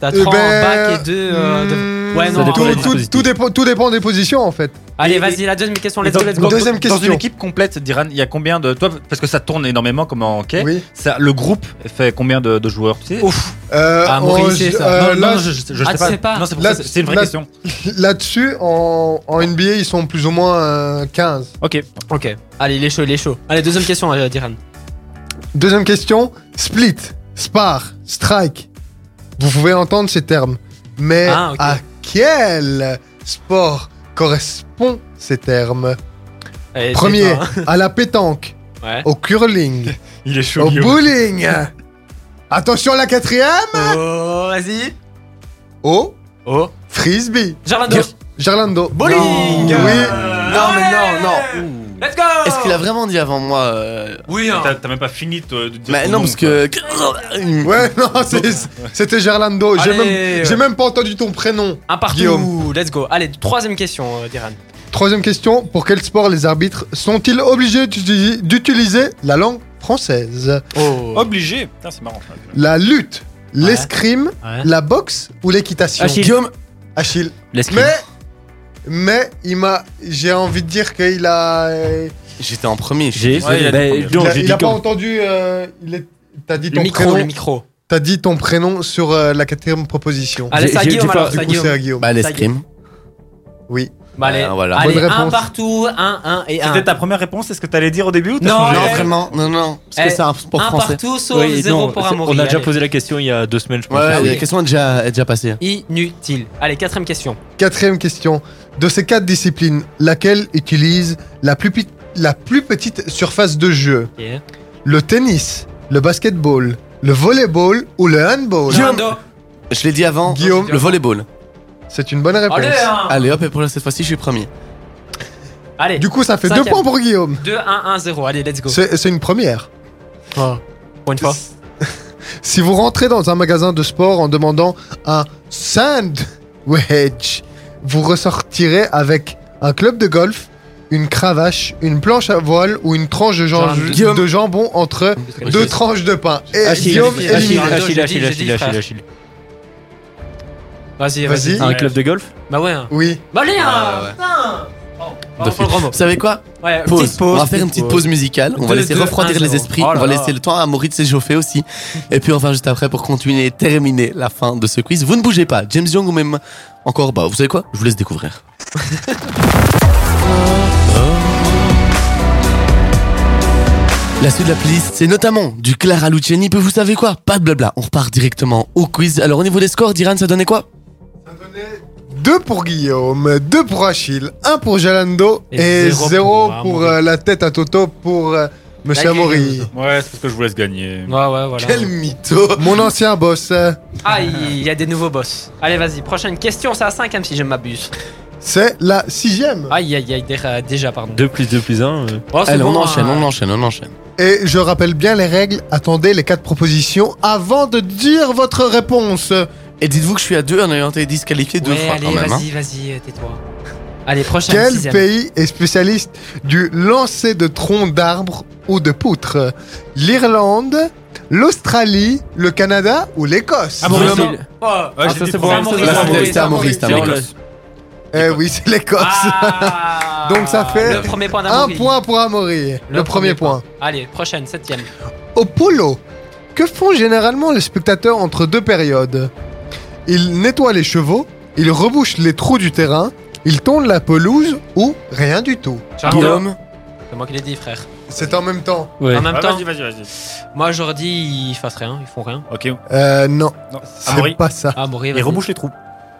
[SPEAKER 5] T'as
[SPEAKER 6] Euh,
[SPEAKER 5] 3 en
[SPEAKER 6] ben,
[SPEAKER 5] back et 2 devant.
[SPEAKER 6] hmm,
[SPEAKER 5] euh, Ouais, non,
[SPEAKER 4] Ça dépend
[SPEAKER 6] tout,
[SPEAKER 4] des
[SPEAKER 6] tout-
[SPEAKER 4] dispositifs.
[SPEAKER 6] tout dépend, tout dépend des positions en fait.
[SPEAKER 5] Allez,
[SPEAKER 7] et-
[SPEAKER 5] vas-y, la deuxième question, let's
[SPEAKER 7] Dans-
[SPEAKER 5] go, let's
[SPEAKER 7] dans-
[SPEAKER 5] go.
[SPEAKER 6] Deuxième
[SPEAKER 7] Dans une
[SPEAKER 6] question.
[SPEAKER 7] équipe complète, Diran, il y a combien de. Toi, parce que ça tourne énormément comme en hockey.
[SPEAKER 6] Oui.
[SPEAKER 7] Ça, le groupe fait combien de, de joueurs tu sais
[SPEAKER 5] Ouf
[SPEAKER 6] Euh,
[SPEAKER 5] Ah,
[SPEAKER 6] on-
[SPEAKER 5] Maurice, c'est ça.
[SPEAKER 6] euh,
[SPEAKER 7] non,
[SPEAKER 6] là,
[SPEAKER 7] non, je, je- je
[SPEAKER 5] Ah,
[SPEAKER 7] sais
[SPEAKER 5] tu
[SPEAKER 7] pas.
[SPEAKER 5] sais pas.
[SPEAKER 7] Non, c'est pour
[SPEAKER 6] Là-
[SPEAKER 7] ça, c'est une vraie
[SPEAKER 6] là-
[SPEAKER 7] question.
[SPEAKER 6] Là-dessus, en, en NBA, ils sont plus ou moins euh, 15.
[SPEAKER 7] Ok.
[SPEAKER 5] Ok, allez, il est chaud, il est chaud. Allez, deuxième question, euh, Diran.
[SPEAKER 6] Deuxième question, split, spar, strike. Vous pouvez entendre ces termes, mais
[SPEAKER 5] Ah, ok.
[SPEAKER 6] à quel sport correspondent ces termes
[SPEAKER 5] Allez, hein.
[SPEAKER 6] Premier,
[SPEAKER 5] tais-toi,
[SPEAKER 6] à la pétanque,
[SPEAKER 5] hein. Ouais.
[SPEAKER 6] au curling,
[SPEAKER 7] Il est
[SPEAKER 6] au bowling. Attention, la quatrième,
[SPEAKER 5] Oh, vas-y
[SPEAKER 6] au
[SPEAKER 5] Oh
[SPEAKER 6] frisbee.
[SPEAKER 5] Gerlando
[SPEAKER 6] Gerlando.
[SPEAKER 5] Bowling
[SPEAKER 6] Non. Oui.
[SPEAKER 1] Non, mais non, non.
[SPEAKER 5] Let's go
[SPEAKER 1] Est-ce qu'il a vraiment dit avant moi euh,
[SPEAKER 5] Oui, hein.
[SPEAKER 7] T'as t'as même pas fini de. de dire
[SPEAKER 1] bah,
[SPEAKER 7] ton
[SPEAKER 1] Non,
[SPEAKER 7] nom,
[SPEAKER 1] parce
[SPEAKER 7] quoi.
[SPEAKER 1] que.
[SPEAKER 6] Ouais, non, c'est- c'était Gerlando. J'ai
[SPEAKER 5] Allez,
[SPEAKER 6] même,
[SPEAKER 5] ouais.
[SPEAKER 6] j'ai même pas entendu ton prénom.
[SPEAKER 5] Un partout,
[SPEAKER 6] Guillaume.
[SPEAKER 5] let's go. Allez, troisième question, euh, Diran.
[SPEAKER 6] Troisième question, pour quel sport les arbitres sont-ils obligés d'utiliser- d'utiliser la langue française
[SPEAKER 5] Oh
[SPEAKER 7] Obligé. Putain, c'est marrant. ça.
[SPEAKER 6] La lutte, l'escrime,
[SPEAKER 5] Ouais.
[SPEAKER 6] la boxe ou l'équitation
[SPEAKER 4] Achille.
[SPEAKER 1] Guillaume,
[SPEAKER 6] Achille.
[SPEAKER 4] L'escrime.
[SPEAKER 6] Mais, mais il m'a, j'ai envie de dire qu'il a, euh,
[SPEAKER 1] j'étais en premier. je suis
[SPEAKER 4] J'ai.
[SPEAKER 1] désolé.
[SPEAKER 7] il a
[SPEAKER 4] bah,
[SPEAKER 7] dit-
[SPEAKER 6] il
[SPEAKER 4] donc,
[SPEAKER 6] a,
[SPEAKER 4] j'ai
[SPEAKER 6] il
[SPEAKER 4] dit
[SPEAKER 6] a pas
[SPEAKER 4] comme-
[SPEAKER 6] entendu. euh, il est- t'as dit
[SPEAKER 5] Le
[SPEAKER 6] ton
[SPEAKER 5] micro, le
[SPEAKER 6] prénom.
[SPEAKER 5] micro.
[SPEAKER 6] T'as dit ton prénom sur euh, la quatrième proposition.
[SPEAKER 5] Allez,
[SPEAKER 4] J'ai-
[SPEAKER 5] ça
[SPEAKER 4] j'ai-
[SPEAKER 5] Guillaume,
[SPEAKER 4] j'ai pas-
[SPEAKER 5] alors,
[SPEAKER 6] du
[SPEAKER 5] ça
[SPEAKER 6] coup,
[SPEAKER 5] Guillaume.
[SPEAKER 6] c'est à Guillaume.
[SPEAKER 1] Bah, l'escrime.
[SPEAKER 6] Oui.
[SPEAKER 5] Bah, allez,
[SPEAKER 1] Ah, voilà.
[SPEAKER 5] allez
[SPEAKER 6] Bonne
[SPEAKER 5] un
[SPEAKER 6] réponse.
[SPEAKER 5] partout, un, un et un.
[SPEAKER 7] C'était ta première réponse, est-ce que t'allais dire au début ou t'as
[SPEAKER 5] Non,
[SPEAKER 7] changé
[SPEAKER 1] Non,
[SPEAKER 5] ouais.
[SPEAKER 1] vraiment, non, non. Parce
[SPEAKER 5] Eh,
[SPEAKER 1] que c'est un sport
[SPEAKER 5] un
[SPEAKER 1] français.
[SPEAKER 5] partout sauf
[SPEAKER 4] Oui,
[SPEAKER 5] zéro
[SPEAKER 4] non,
[SPEAKER 5] pour
[SPEAKER 4] c'est-
[SPEAKER 5] Amaury.
[SPEAKER 4] On a déjà
[SPEAKER 5] Allez.
[SPEAKER 4] posé la question il y a deux semaines, je pense.
[SPEAKER 1] Ouais,
[SPEAKER 5] Ah oui.
[SPEAKER 1] la question est déjà, est déjà passée.
[SPEAKER 5] Inutile. Allez, quatrième question.
[SPEAKER 6] Quatrième question. De ces quatre disciplines, laquelle utilise la plus, pi- la plus petite surface de jeu Le tennis, le basketball, le volleyball ou le handball
[SPEAKER 5] Gerlando.
[SPEAKER 1] Je l'ai dit avant.
[SPEAKER 6] Guillaume.
[SPEAKER 1] Le volleyball.
[SPEAKER 6] C'est une bonne réponse.
[SPEAKER 5] Allez, hein.
[SPEAKER 1] Allez, hop, et pour cette fois-ci, je suis premier.
[SPEAKER 5] Allez.
[SPEAKER 6] Du coup, ça fait deux
[SPEAKER 5] Cinquième.
[SPEAKER 6] points pour Guillaume.
[SPEAKER 5] 2, 1, 1, 0. Allez, let's go.
[SPEAKER 6] C'est c'est une première.
[SPEAKER 5] Pour une fois.
[SPEAKER 6] Si vous rentrez dans un magasin de sport en demandant un sandwich, vous ressortirez avec un club de golf, une cravache, une planche à voile ou une tranche de, jan-
[SPEAKER 5] Guillaume.
[SPEAKER 6] de jambon entre deux tranches de pain. Et
[SPEAKER 4] Achille,
[SPEAKER 6] Guillaume
[SPEAKER 4] Achille,
[SPEAKER 6] éliminé.
[SPEAKER 4] Achille,
[SPEAKER 5] éliminé.
[SPEAKER 4] Achille,
[SPEAKER 5] Je dis,
[SPEAKER 4] Achille,
[SPEAKER 5] je
[SPEAKER 4] Achille,
[SPEAKER 5] dis,
[SPEAKER 4] Achille,
[SPEAKER 5] frère.
[SPEAKER 4] Achille.
[SPEAKER 5] Vas-y,
[SPEAKER 6] Vas-y.
[SPEAKER 5] vas-y.
[SPEAKER 4] Un club de golf
[SPEAKER 5] Bah ouais. hein.
[SPEAKER 6] Oui.
[SPEAKER 5] Bah allez, hein.
[SPEAKER 1] ouais.
[SPEAKER 5] Putain. Oh,
[SPEAKER 1] De
[SPEAKER 5] Enfin,
[SPEAKER 1] fil.
[SPEAKER 5] le grand mot.
[SPEAKER 1] Vous savez quoi
[SPEAKER 5] Ouais,
[SPEAKER 1] Pause.
[SPEAKER 5] petite pause.
[SPEAKER 1] On va faire une petite pause musicale. On va
[SPEAKER 5] Deux,
[SPEAKER 1] laisser
[SPEAKER 5] deux,
[SPEAKER 1] refroidir
[SPEAKER 5] un,
[SPEAKER 1] les
[SPEAKER 5] zéro.
[SPEAKER 1] esprits.
[SPEAKER 5] Oh
[SPEAKER 1] on va
[SPEAKER 5] là là.
[SPEAKER 1] laisser le temps à Maury de s'échauffer aussi. Et puis enfin, juste après, pour continuer et terminer la fin de ce quiz, vous ne bougez pas. James Young ou même encore, bah, vous savez quoi Je vous laisse découvrir. La suite de la playlist, c'est notamment du Clara Luciani. Puis vous savez quoi Pas de blabla. On repart directement au quiz. Alors au niveau des scores, Diran, ça donnait quoi
[SPEAKER 6] Deux pour Guillaume, deux pour Achille, un pour Jalando
[SPEAKER 5] Et
[SPEAKER 6] et,
[SPEAKER 5] zéro
[SPEAKER 6] zéro,
[SPEAKER 5] pour
[SPEAKER 6] pour,
[SPEAKER 5] Amaury.
[SPEAKER 6] euh, la tête à Toto pour euh, Monsieur
[SPEAKER 5] Laquelle
[SPEAKER 6] Amaury.
[SPEAKER 7] Ouais, c'est parce que je vous laisse gagner.
[SPEAKER 5] Ouais, ouais, voilà.
[SPEAKER 1] mytho
[SPEAKER 6] Mon ancien boss. euh,
[SPEAKER 5] Ah, il y a des nouveaux boss. Allez, vas-y. Prochaine question, c'est à 5 si je m'abuse.
[SPEAKER 6] C'est la sixième.
[SPEAKER 5] Aïe, aïe, aïe, déjà- déjà, pardon.
[SPEAKER 4] 2 plus 2 plus euh. 1.
[SPEAKER 5] Oh, c'est
[SPEAKER 1] Allez, on
[SPEAKER 5] bon,
[SPEAKER 1] enchaîne,
[SPEAKER 5] hein.
[SPEAKER 1] on enchaîne, on enchaîne.
[SPEAKER 6] Et je rappelle bien les règles. Attendez les quatre propositions avant de dire votre réponse.
[SPEAKER 1] Et dites-vous que je suis à deux en ayant été disqualifié deux
[SPEAKER 5] Ouais,
[SPEAKER 1] fois
[SPEAKER 5] allez,
[SPEAKER 1] quand même. hein.
[SPEAKER 5] vas-y, vas-y, euh, tais-toi. Allez, prochaine
[SPEAKER 6] Quel
[SPEAKER 5] sixième.
[SPEAKER 6] pays est spécialiste du lancer de troncs d'arbres ou de poutres L'Irlande, l'Australie, le Canada ou l'Écosse
[SPEAKER 7] Ah bon,
[SPEAKER 5] Guillaume.
[SPEAKER 7] Guillaume.
[SPEAKER 5] Oh.
[SPEAKER 7] Ouais,
[SPEAKER 4] Ah,
[SPEAKER 7] j'ai
[SPEAKER 4] ça,
[SPEAKER 7] dit
[SPEAKER 4] c'est
[SPEAKER 7] premier.
[SPEAKER 4] bon, ça,
[SPEAKER 7] Amaury,
[SPEAKER 4] c'est
[SPEAKER 1] Là,
[SPEAKER 4] bon.
[SPEAKER 7] Amaury.
[SPEAKER 1] c'était- c'était Amaury, c'était
[SPEAKER 4] C'est
[SPEAKER 1] Amaury.
[SPEAKER 4] l'Écosse.
[SPEAKER 6] Eh oui, c'est l'Écosse.
[SPEAKER 5] Ah
[SPEAKER 6] Donc ça fait
[SPEAKER 5] le premier point
[SPEAKER 6] Un
[SPEAKER 5] d'Amaury.
[SPEAKER 6] point pour Amaury. Le, premier point.
[SPEAKER 5] Allez, prochaine, septième.
[SPEAKER 6] Au polo, que font généralement les spectateurs entre deux périodes Ils nettoient les chevaux, ils rebouchent les trous du terrain, ils tondent la pelouse ou rien du tout.
[SPEAKER 5] Charles,
[SPEAKER 1] Guillaume,
[SPEAKER 5] C'est moi qui l'ai dit, frère.
[SPEAKER 6] C'est en même temps.
[SPEAKER 4] Ouais.
[SPEAKER 5] En même
[SPEAKER 7] Ouais,
[SPEAKER 5] temps,
[SPEAKER 7] Vas-y, vas-y, vas-y.
[SPEAKER 5] moi j'aurais dit ils fassent rien, ils font rien.
[SPEAKER 7] Ok.
[SPEAKER 6] Euh, non,
[SPEAKER 7] Non.
[SPEAKER 6] c'est
[SPEAKER 7] Amaury,
[SPEAKER 6] pas ça.
[SPEAKER 5] Ah, Amaury,
[SPEAKER 7] il
[SPEAKER 5] vas-y.
[SPEAKER 7] rebouche les trous.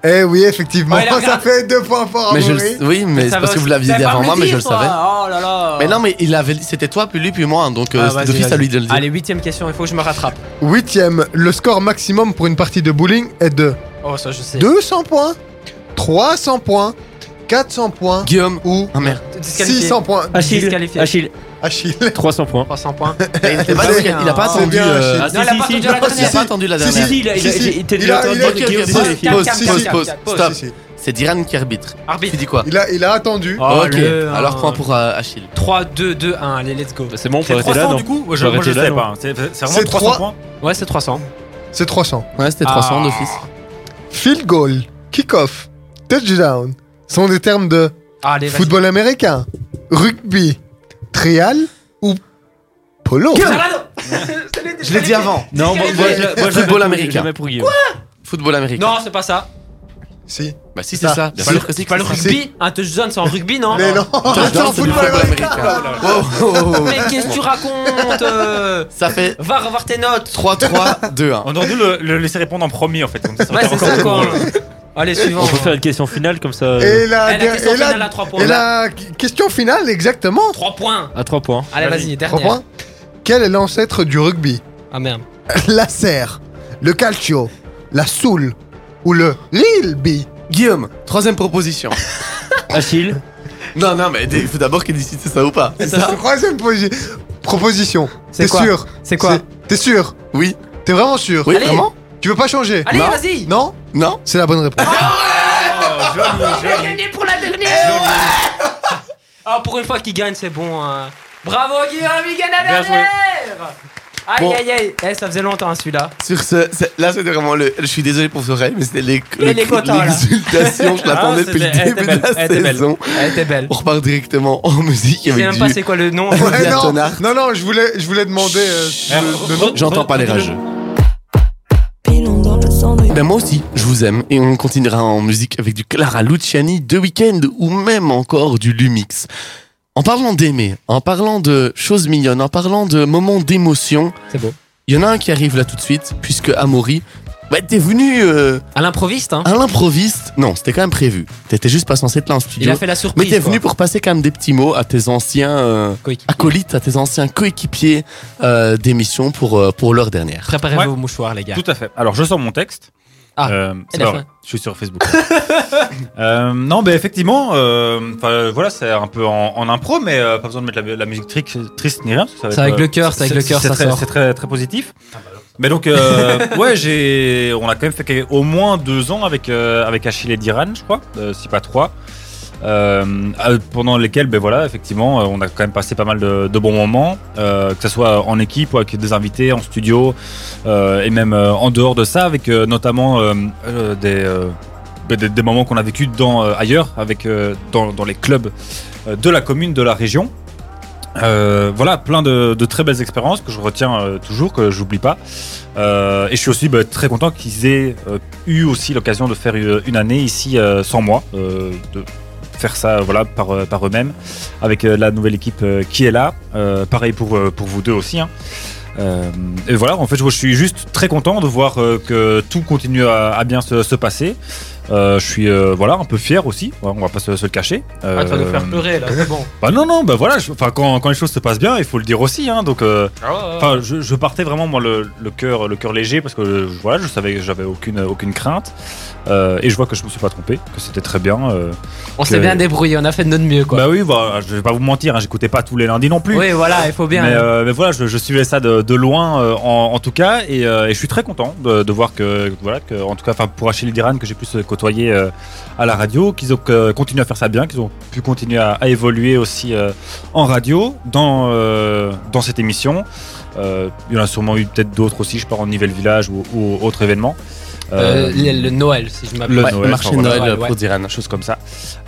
[SPEAKER 6] Eh oui, effectivement,
[SPEAKER 5] Ouais, il a
[SPEAKER 6] ça
[SPEAKER 5] regardé.
[SPEAKER 6] fait deux points forts à
[SPEAKER 1] Mais je le-
[SPEAKER 6] Maurice.
[SPEAKER 1] oui, mais c'est parce que vous l'aviez dit avant moi, mais je le savais.
[SPEAKER 5] Oh là là.
[SPEAKER 1] Mais non, mais il avait, c'était toi, puis lui, puis moi, hein, donc
[SPEAKER 5] Ah,
[SPEAKER 1] euh,
[SPEAKER 5] vas-y,
[SPEAKER 1] c'est d'office
[SPEAKER 5] vas-y.
[SPEAKER 1] à lui de le dire.
[SPEAKER 5] Allez, huitième question, il faut que je me rattrape.
[SPEAKER 6] Huitième, le score maximum pour une partie de bowling est de
[SPEAKER 5] Oh, ça, je sais.
[SPEAKER 6] 200 points, 300 points, 400 points
[SPEAKER 1] Guillaume.
[SPEAKER 6] ou
[SPEAKER 1] Ah merde.
[SPEAKER 5] Disqualifié.
[SPEAKER 6] 600 points. Ah,
[SPEAKER 4] Achille,
[SPEAKER 5] Disqualifié.
[SPEAKER 4] Achille,
[SPEAKER 6] Achille.
[SPEAKER 4] 300 points.
[SPEAKER 5] 300 points.
[SPEAKER 1] Il a pas-
[SPEAKER 5] bien,
[SPEAKER 1] il a pas
[SPEAKER 5] hein.
[SPEAKER 1] attendu.
[SPEAKER 6] bien,
[SPEAKER 1] euh,
[SPEAKER 6] Achille.
[SPEAKER 5] Non, il a pas attendu à
[SPEAKER 1] Il
[SPEAKER 5] la
[SPEAKER 1] a pas attendu la
[SPEAKER 5] dernière.
[SPEAKER 6] Si,
[SPEAKER 1] dernière.
[SPEAKER 4] Si, il a- il a-
[SPEAKER 6] Si, si.
[SPEAKER 4] il était
[SPEAKER 6] Il a-
[SPEAKER 4] déjà
[SPEAKER 6] il a-
[SPEAKER 4] attendu,
[SPEAKER 1] Ok, ok,
[SPEAKER 4] Guillaume,
[SPEAKER 1] pause,
[SPEAKER 4] c'est-
[SPEAKER 1] pause,
[SPEAKER 5] calme,
[SPEAKER 1] pause,
[SPEAKER 5] calme,
[SPEAKER 1] pause.
[SPEAKER 5] calme, pause.
[SPEAKER 1] Stop.
[SPEAKER 6] Si, si.
[SPEAKER 1] C'est Diran qui arbitre. Tu
[SPEAKER 5] Arbitre.
[SPEAKER 1] dis quoi
[SPEAKER 6] Il a, il a attendu.
[SPEAKER 5] Oh,
[SPEAKER 1] Ok.
[SPEAKER 5] le un.
[SPEAKER 1] Alors point pour euh, Achille.
[SPEAKER 5] 3, 2, 2, 1. Allez, let's go.
[SPEAKER 4] C'est bon, on peut
[SPEAKER 7] C'est
[SPEAKER 4] arrêter là,
[SPEAKER 7] 300
[SPEAKER 4] non
[SPEAKER 7] du coup Moi, je,
[SPEAKER 4] J'aurais
[SPEAKER 7] moi, je
[SPEAKER 4] été là,
[SPEAKER 7] sais
[SPEAKER 4] non.
[SPEAKER 7] pas. C'est c'est
[SPEAKER 6] C'est
[SPEAKER 7] vraiment 300
[SPEAKER 6] trois.
[SPEAKER 7] points
[SPEAKER 5] Ouais, c'est Ah. 300.
[SPEAKER 6] C'est 300.
[SPEAKER 1] Ouais, c'était 300 d'office.
[SPEAKER 6] Field goal, kick-off, touchdown sont des termes de
[SPEAKER 5] Allez, vas-y.
[SPEAKER 6] football américain, rugby, trial ou polo.
[SPEAKER 5] Sarano
[SPEAKER 1] Je l'ai dit avant.
[SPEAKER 4] Non, moi, moi, je- moi, je l'avais
[SPEAKER 1] Football
[SPEAKER 4] pour-
[SPEAKER 1] américain.
[SPEAKER 4] je l'avais pour Guillaume.
[SPEAKER 1] Football américain.
[SPEAKER 5] Non, c'est pas ça.
[SPEAKER 6] Si.
[SPEAKER 1] Bah si c'est ça. Bien
[SPEAKER 6] C'est
[SPEAKER 1] sûr que c'est
[SPEAKER 5] C'est pas le
[SPEAKER 1] ça.
[SPEAKER 5] rugby Un touchdown, c'est en rugby, Ah non
[SPEAKER 6] Mais non, c'est
[SPEAKER 1] Touchdown,
[SPEAKER 6] en
[SPEAKER 1] c'est du
[SPEAKER 6] football américain.
[SPEAKER 1] Oh, oh, oh, oh.
[SPEAKER 5] Mais qu'est-ce que tu racontes euh
[SPEAKER 1] Ça fait
[SPEAKER 5] Va revoir tes notes
[SPEAKER 1] 3-3-2-1.
[SPEAKER 7] On aurait dû le, le laisser répondre en premier en fait. comme ça, ça aurait
[SPEAKER 5] Ouais,
[SPEAKER 7] été
[SPEAKER 5] c'est
[SPEAKER 7] encore
[SPEAKER 5] ça
[SPEAKER 7] plus
[SPEAKER 5] quoi.
[SPEAKER 7] drôle.
[SPEAKER 5] Allez, suivant.
[SPEAKER 4] On peut faire une question finale comme ça. euh,
[SPEAKER 6] Et la,
[SPEAKER 5] Eh, la question
[SPEAKER 6] et la-
[SPEAKER 5] finale à 3 points.
[SPEAKER 6] et la question finale, exactement.
[SPEAKER 5] 3 points
[SPEAKER 4] À 3 points.
[SPEAKER 5] Allez,
[SPEAKER 7] Vas-y.
[SPEAKER 5] vas-y,
[SPEAKER 6] Trois
[SPEAKER 5] dernière.
[SPEAKER 6] points. Quel est l'ancêtre du rugby
[SPEAKER 5] Ah merde.
[SPEAKER 6] La serre, le calcio, la soule ou le rilby
[SPEAKER 1] Guillaume, troisième proposition.
[SPEAKER 4] Achille,
[SPEAKER 1] Non, non, mais il faut d'abord qu'il décide si c'est ça ou pas.
[SPEAKER 5] C'est ça
[SPEAKER 6] Troisième posi- proposition.
[SPEAKER 5] C'est
[SPEAKER 6] T'es
[SPEAKER 5] quoi
[SPEAKER 6] sûr
[SPEAKER 5] C'est quoi
[SPEAKER 6] C'est- T'es sûr
[SPEAKER 1] Oui.
[SPEAKER 6] T'es vraiment sûr
[SPEAKER 1] Oui,
[SPEAKER 5] Allez.
[SPEAKER 1] vraiment
[SPEAKER 6] Tu veux pas changer
[SPEAKER 5] Allez,
[SPEAKER 1] Non.
[SPEAKER 5] vas-y
[SPEAKER 6] Non
[SPEAKER 1] Non
[SPEAKER 6] C'est la bonne réponse.
[SPEAKER 7] Oh, joli, joli.
[SPEAKER 5] Ah, pour une fois qu'il gagne, c'est bon. hein. Bravo Guillaume, il gagne la
[SPEAKER 7] Bien joué.
[SPEAKER 5] dernière Aïe
[SPEAKER 1] Bon.
[SPEAKER 5] aïe aïe Eh, ça faisait longtemps hein, celui-là.
[SPEAKER 1] Sur ce, c'est- là c'était vraiment le. Je suis désolé pour ce rêve, mais c'était les- le-
[SPEAKER 5] les quotas, là.
[SPEAKER 1] l'exultation. Je l'attendais
[SPEAKER 5] Ah,
[SPEAKER 1] depuis le
[SPEAKER 5] c'était- elle
[SPEAKER 1] début
[SPEAKER 5] était
[SPEAKER 1] de la
[SPEAKER 5] belle, elle était belle.
[SPEAKER 1] saison.
[SPEAKER 5] Elle était belle.
[SPEAKER 1] On repart directement en musique
[SPEAKER 5] Je sais
[SPEAKER 1] avec
[SPEAKER 5] même
[SPEAKER 1] du-
[SPEAKER 5] pas c'est quoi le nom.
[SPEAKER 1] Olivia
[SPEAKER 6] Ouais, non,
[SPEAKER 1] Tonart.
[SPEAKER 6] non, non, je voulais, je voulais demander. euh,
[SPEAKER 7] Eh,
[SPEAKER 6] le- le
[SPEAKER 7] re-
[SPEAKER 6] nom.
[SPEAKER 7] re-
[SPEAKER 1] J'entends pas les
[SPEAKER 7] re-
[SPEAKER 1] rageux. Ben moi aussi, je vous aime et on continuera en musique avec du Clara Luciani de week-end ou même encore du Lumix. En parlant d'aimer, en parlant de choses mignonnes, en parlant de moments d'émotion,
[SPEAKER 5] C'est beau.
[SPEAKER 1] il y en a un qui arrive là tout de suite puisque Amaury, bah t'es venu euh,
[SPEAKER 5] À l'improviste, hein.
[SPEAKER 1] à l'improviste. Non, c'était quand même prévu. T'étais juste pas censé être là en studio.
[SPEAKER 5] Il a fait la
[SPEAKER 1] Mais
[SPEAKER 5] surprise.
[SPEAKER 1] t'es venu
[SPEAKER 5] quoi.
[SPEAKER 1] pour passer quand même des petits mots à tes anciens euh,
[SPEAKER 5] Coéquipier.
[SPEAKER 1] acolytes, à tes anciens coéquipiers euh, d'émission pour, euh, pour l'heure dernière.
[SPEAKER 5] Préparez
[SPEAKER 7] Ouais.
[SPEAKER 5] vos mouchoirs, les gars.
[SPEAKER 7] Tout à fait. Alors, je sors mon texte.
[SPEAKER 5] Ah,
[SPEAKER 7] Euh, c'est
[SPEAKER 5] la
[SPEAKER 7] pas
[SPEAKER 5] fin.
[SPEAKER 7] vrai. Je suis sur Facebook. Euh, non, mais effectivement, euh, enfin, euh, voilà, c'est un peu en, en impro, mais euh, pas besoin de mettre la, la musique tri- triste ni rien. parce que ça va
[SPEAKER 5] C'est
[SPEAKER 7] être,
[SPEAKER 5] avec
[SPEAKER 7] euh,
[SPEAKER 5] le cœur, c'est avec le cœur, ça
[SPEAKER 7] très,
[SPEAKER 5] sort.
[SPEAKER 7] C'est très, très positif. Mais donc, euh, ouais, j'ai, on a quand même fait que- au moins deux ans avec, euh, avec Achille et Diran, je crois, euh, si pas trois. Euh, euh, pendant lesquels, ben voilà, effectivement, euh, on a quand même passé pas mal de, de bons moments, euh, que ce soit en équipe ou avec des invités, en studio, euh, et même euh, en dehors de ça, avec euh, notamment euh, euh, des, euh, ben, des, des moments qu'on a vécu dans, euh, ailleurs, avec, euh, dans, dans les clubs euh, de la commune, de la région. Euh, voilà, plein de, de très belles expériences que je retiens euh, toujours, que j'oublie pas. Euh, et je suis aussi bah, très content qu'ils aient euh, eu aussi l'occasion de faire une, une année ici euh, sans moi, euh, de faire ça euh, voilà par, euh, par eux-mêmes, avec euh, la nouvelle équipe euh, qui est là. Euh, pareil pour, euh, pour vous deux aussi. hein. Euh, et voilà, en fait, je, je suis juste très content de voir euh, que tout continue à, à bien se, se passer. Euh, je suis euh, voilà un peu fier aussi, on va pas se, se le cacher.
[SPEAKER 5] Arrête pas de nous
[SPEAKER 7] Euh,
[SPEAKER 5] faire pleurer là, c'est bon.
[SPEAKER 7] bah non, non, bah voilà, je- enfin quand, quand les choses se passent bien, il faut le dire aussi, hein, donc euh,
[SPEAKER 5] Ah
[SPEAKER 7] enfin je, je partais vraiment moi le, le cœur le cœur léger parce que euh, voilà, je savais que j'avais aucune aucune crainte Euh, et je vois que je me suis pas trompé, que c'était très bien. euh.
[SPEAKER 5] On s'est
[SPEAKER 7] que-
[SPEAKER 5] bien débrouillé, on a fait de notre mieux quoi.
[SPEAKER 7] Bah oui, bah je vais pas vous mentir, hein, j'écoutais pas tous les lundis non plus.
[SPEAKER 5] Oui, voilà, il faut bien. hein.
[SPEAKER 7] Mais, euh, mais voilà, je, je suivais ça de, de loin euh, en, en tout cas, et, euh, et je suis très content de, de voir que voilà, que, en tout cas, enfin pour Achille Diran que j'ai pu se côtoyer euh, à la radio, qu'ils ont euh, continué à faire ça bien, qu'ils ont pu continuer à, à évoluer aussi euh, en radio dans euh, dans cette émission. Euh, il y en a sûrement eu peut-être d'autres aussi, je pars en Nivelle Village ou, ou autre événement.
[SPEAKER 5] Euh,
[SPEAKER 7] Euh,
[SPEAKER 5] le, le Noël, si je m'appelle.
[SPEAKER 7] le
[SPEAKER 1] Ouais,
[SPEAKER 7] Noël,
[SPEAKER 1] marché
[SPEAKER 7] enfin, voilà.
[SPEAKER 1] Noël
[SPEAKER 5] Ouais, ouais.
[SPEAKER 1] pour Diran.
[SPEAKER 7] Une chose comme ça.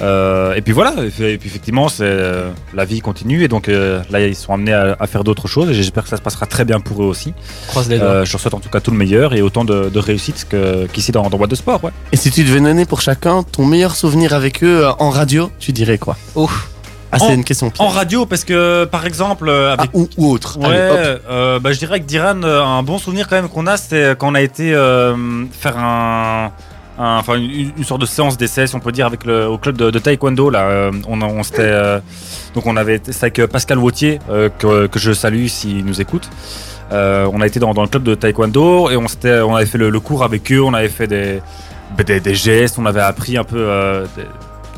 [SPEAKER 7] Euh, et puis voilà, et puis et puis effectivement, c'est euh, la vie continue et donc euh, là ils sont amenés à, à faire d'autres choses et j'espère que ça se passera très bien pour eux aussi.
[SPEAKER 5] Croise les doigts.
[SPEAKER 7] Euh, je leur souhaite en tout cas tout le meilleur et autant de, de réussite que- qu'ici dans, dans Boîte de Sport. Ouais.
[SPEAKER 1] Et si tu devais donner pour chacun ton meilleur souvenir avec eux euh, en radio, tu dirais quoi
[SPEAKER 5] Ouf.
[SPEAKER 1] Ah, c'est
[SPEAKER 7] En-
[SPEAKER 1] une question
[SPEAKER 7] En
[SPEAKER 1] piège.
[SPEAKER 7] radio, parce que par exemple, euh,
[SPEAKER 1] Ah,
[SPEAKER 7] avec.
[SPEAKER 1] ou, ou autre.
[SPEAKER 7] Ouais,
[SPEAKER 1] Allez, hop.
[SPEAKER 7] euh, bah, je dirais que Diran, euh, un bon souvenir quand même qu'on a, c'était quand on a été euh, faire un, un- enfin une, une sorte de séance d'essai, si on peut dire, avec le au club de, de taekwondo. Là, Euh, on, a- on s'était, euh, donc on avait, c'est avec euh, Pascal Wautier euh, que, que je salue s'il nous écoute. Euh, on a été dans, dans le club de taekwondo et on s'était, on avait fait le, le cours avec eux, on avait fait des, Bah, des, des gestes, on avait appris un peu euh, des,